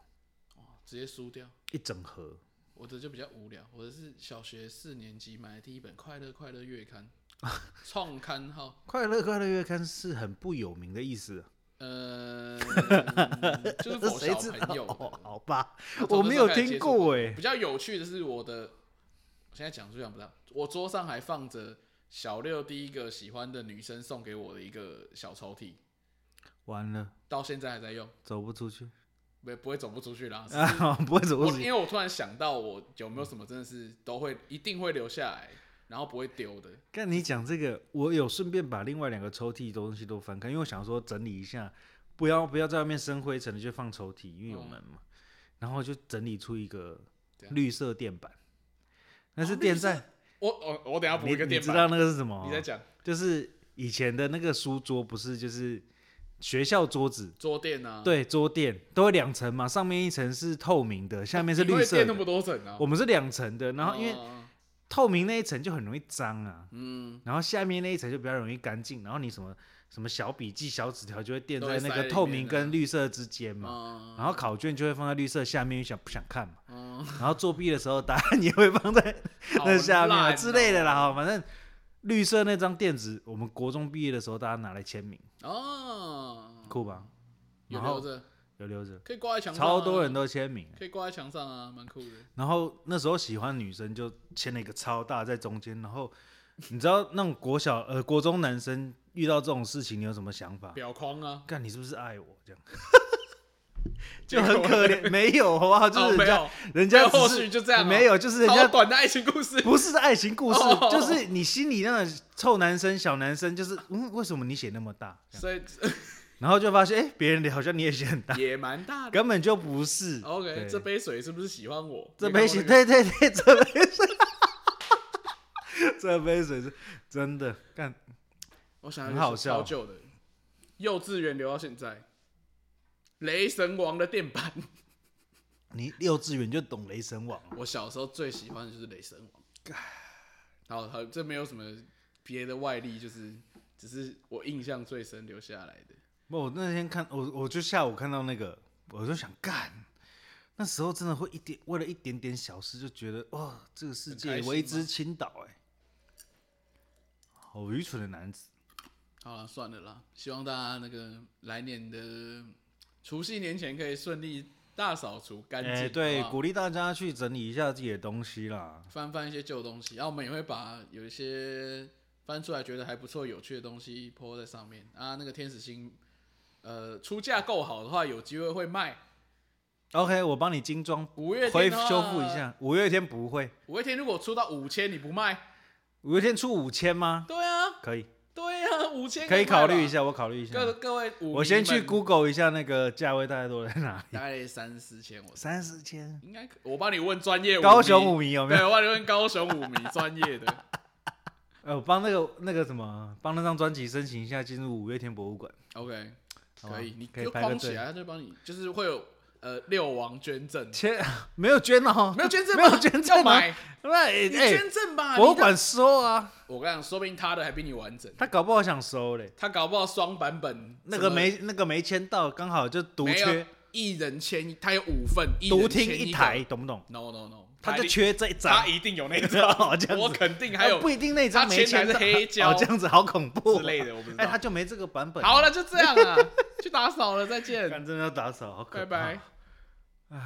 S2: 哇，直接输掉。
S1: 一整盒。
S2: 我的就比较无聊，我的是小学四年级买的第一本《快乐快乐》月刊，
S1: <laughs>
S2: 创刊号。
S1: 快乐快乐月刊是很不有名的意思，啊 <laughs>
S2: 呃，就是我
S1: 谁
S2: 小
S1: 知
S2: 朋友
S1: 道？
S2: 的，
S1: <laughs> 好吧，
S2: 从
S1: 我
S2: 那
S1: 没
S2: 时
S1: 有
S2: 候开始
S1: 听
S2: 接触
S1: 过哎、
S2: 比较有趣的是，我的我现在讲就讲不到，我桌上还放着小六第一个喜欢的女生送给我的一个小抽屉，
S1: 完了，
S2: 到现在还在用，
S1: 走不出去
S2: 不不会走不出去啦。只是
S1: 啊！ <laughs> 不会走
S2: 我
S1: 不出去。
S2: 因为我突然想到，我有没有什么真的是都会一定会留下来，然后不会丢的。
S1: 跟你讲这个，我有顺便把另外两个抽屉的东西都翻开，因为我想说整理一下，不要不要在外面生灰尘了，就放抽屉，因为有门嘛。
S2: 嗯
S1: 然后就整理出一个
S2: 怎样
S1: 绿色垫板，那是
S2: 哦
S1: 垫
S2: 绿色
S1: 在、
S2: 我我我等一下补
S1: 你
S2: 一个
S1: 你
S2: 电
S1: 知道
S2: 板，
S1: 那个是什么哦？
S2: 啊你在讲
S1: 就是以前的那个书桌，不是就是学校桌子。
S2: 桌垫啊，
S1: 对，桌垫都会两层嘛，上面一层是透明的，下面是
S2: 你会
S1: 绿色
S2: 垫那
S1: 的。
S2: 么多层啊。
S1: 我们是两层的，然后因为
S2: 哦
S1: 透明那一层就很容易脏啊，
S2: 嗯，
S1: 然后下面那一层就比较容易干净，然后你什么什么小笔记、小纸条就会垫
S2: 都会
S1: 在那
S2: 塞在
S1: 个
S2: 里
S1: 透
S2: 面
S1: 明
S2: 啊
S1: 跟绿色之间嘛，
S2: 嗯
S1: 然后考卷就会放在绿色下面，因为想不想看嘛，
S2: 嗯，
S1: 然后作弊的时候答案也会放在那下面
S2: 好
S1: 啊
S2: 烂哦
S1: 之类的啦，哈，反正绿色那张垫子，我们国中毕业的时候大家拿来签名，
S2: 哦，
S1: 酷吧？
S2: 有
S1: 然
S2: 留
S1: 后
S2: 着，
S1: 有留着，
S2: 可以挂在墙上、啊，
S1: 超多人都签名。
S2: 可以挂在墙上啊，蛮酷的。
S1: 然后那时候喜欢女生就签了一个超大在中间，然后你知道那种国小呃国中男生遇到这种事情，你有什么想法？
S2: 表框啊，
S1: 干你是不是爱我？这
S2: <laughs>
S1: 样
S2: 结
S1: 就
S2: 果
S1: 很可怜，没有好不好？就
S2: <laughs> 哦
S1: 是
S2: 没
S1: 人家人家
S2: 有，没有后
S1: 只是
S2: 续就这样哦
S1: 没有，就是人
S2: 好
S1: 家
S2: 短的爱情故
S1: <laughs>
S2: 事。
S1: 不是爱情故事
S2: 哦，
S1: 就是你心里那种臭男生、小男生，就是嗯，为什么你写那么大？这样 <laughs>
S2: 所以
S1: 然后就发现哎，别人的好像你也写很
S2: <laughs>
S1: 大，
S2: 也蛮大的。
S1: 根本就不是。
S2: <laughs> OK，
S1: 对
S2: 这杯水是不是喜欢我？
S1: 这杯水，
S2: 你看
S1: 对对对，这杯水，这杯水是真的干
S2: 我那个，我想
S1: 很好笑
S2: 超旧的，幼稚园留到现在，雷神王的垫板， <laughs>
S1: 你幼稚园就懂雷神网了，
S2: 我小时候最喜欢的就是雷神王。
S1: <sighs>
S2: 好好，这没有什么别的外力，就是只是我印象最深留下来的。
S1: 我那天看我我就下午看到那个，我就想干。那时候真的会一点，为了一点点小事就觉得哇，这个世
S2: 很
S1: 界
S2: 开心
S1: 为之倾倒哎、好愚蠢的男子。
S2: 好了，算了啦。希望大家那个来年的除夕年前可以顺利大扫除干净、
S1: 哎对，
S2: 好不好
S1: 鼓励大家去整理一下自己的东西啦。
S2: 翻翻一些旧东西，然、后我们也会把有一些翻出来觉得还不错、有趣的东西泼在上面啊。那个天使星，呃，出价够好的话，有机会会卖。
S1: OK，我帮你精装
S2: 五月
S1: 恢
S2: 天的话
S1: 修复一，下。五月天不会，
S2: 五月天如果出到五千你不卖，
S1: 五月天出五千吗？
S2: 对啊，
S1: 可以，
S2: 对呀、五千
S1: 可以考虑一
S2: 下。
S1: 下，我考虑一下。
S2: 各各位舞迷们，
S1: 我先去 Google 一下那个价位大概都在哪里，
S2: 大概 <laughs> 三四千，我
S1: 三四千。
S2: 应该可我帮你问专业
S1: <laughs>
S2: 舞迷
S1: 高雄舞迷有没有？
S2: 对，我啊帮你问高雄舞迷专业的。 <laughs>
S1: 呃，我帮那个那个什么，帮那张专辑申请一下进入五月天博物馆，
S2: OK，
S1: 好吧
S2: 可以，你
S1: 可以
S2: 就
S1: 排个
S2: 框起
S1: 队。
S2: 来，他就帮你，就是会有呃六王捐赠，
S1: 钱没有捐哦，
S2: 没有捐赠
S1: <laughs> 没
S2: 吧，
S1: 有捐赠
S2: 要
S1: 吗
S2: 买，
S1: 那哎
S2: 你
S1: 哎，
S2: 捐赠吧。
S1: 博物
S2: 你的，
S1: 馆收啊，
S2: 我跟你讲，说不定他的还比你完整，
S1: 他搞不好想收嘞。
S2: 他搞不好双版本，
S1: 那
S2: 什
S1: 个
S2: 么
S1: 没那个没签到，刚好就独
S2: 没有
S1: 缺
S2: 一人签一，他有五份，一人
S1: 独听
S2: 签一
S1: 一
S2: 个
S1: 台，。懂不懂？
S2: No No No，
S1: 他
S2: 一
S1: 就
S2: 定
S1: 缺这一张 <laughs>
S2: 他，一定有那
S1: 这样
S2: 张，
S1: 子
S2: 我肯定还有
S1: 啊不一定那张
S2: 他
S1: 没
S2: 签
S1: 签
S2: 的
S1: 到
S2: 是黑胶
S1: 哦这样子好恐怖
S2: 之类的，我不知
S1: 哎，他
S2: 道。
S1: 就没这个版本。
S2: 好了，就这样啊，去打扫了，再见，
S1: 干真的要打扫，好可
S2: 拜
S1: 怕。
S2: 拜。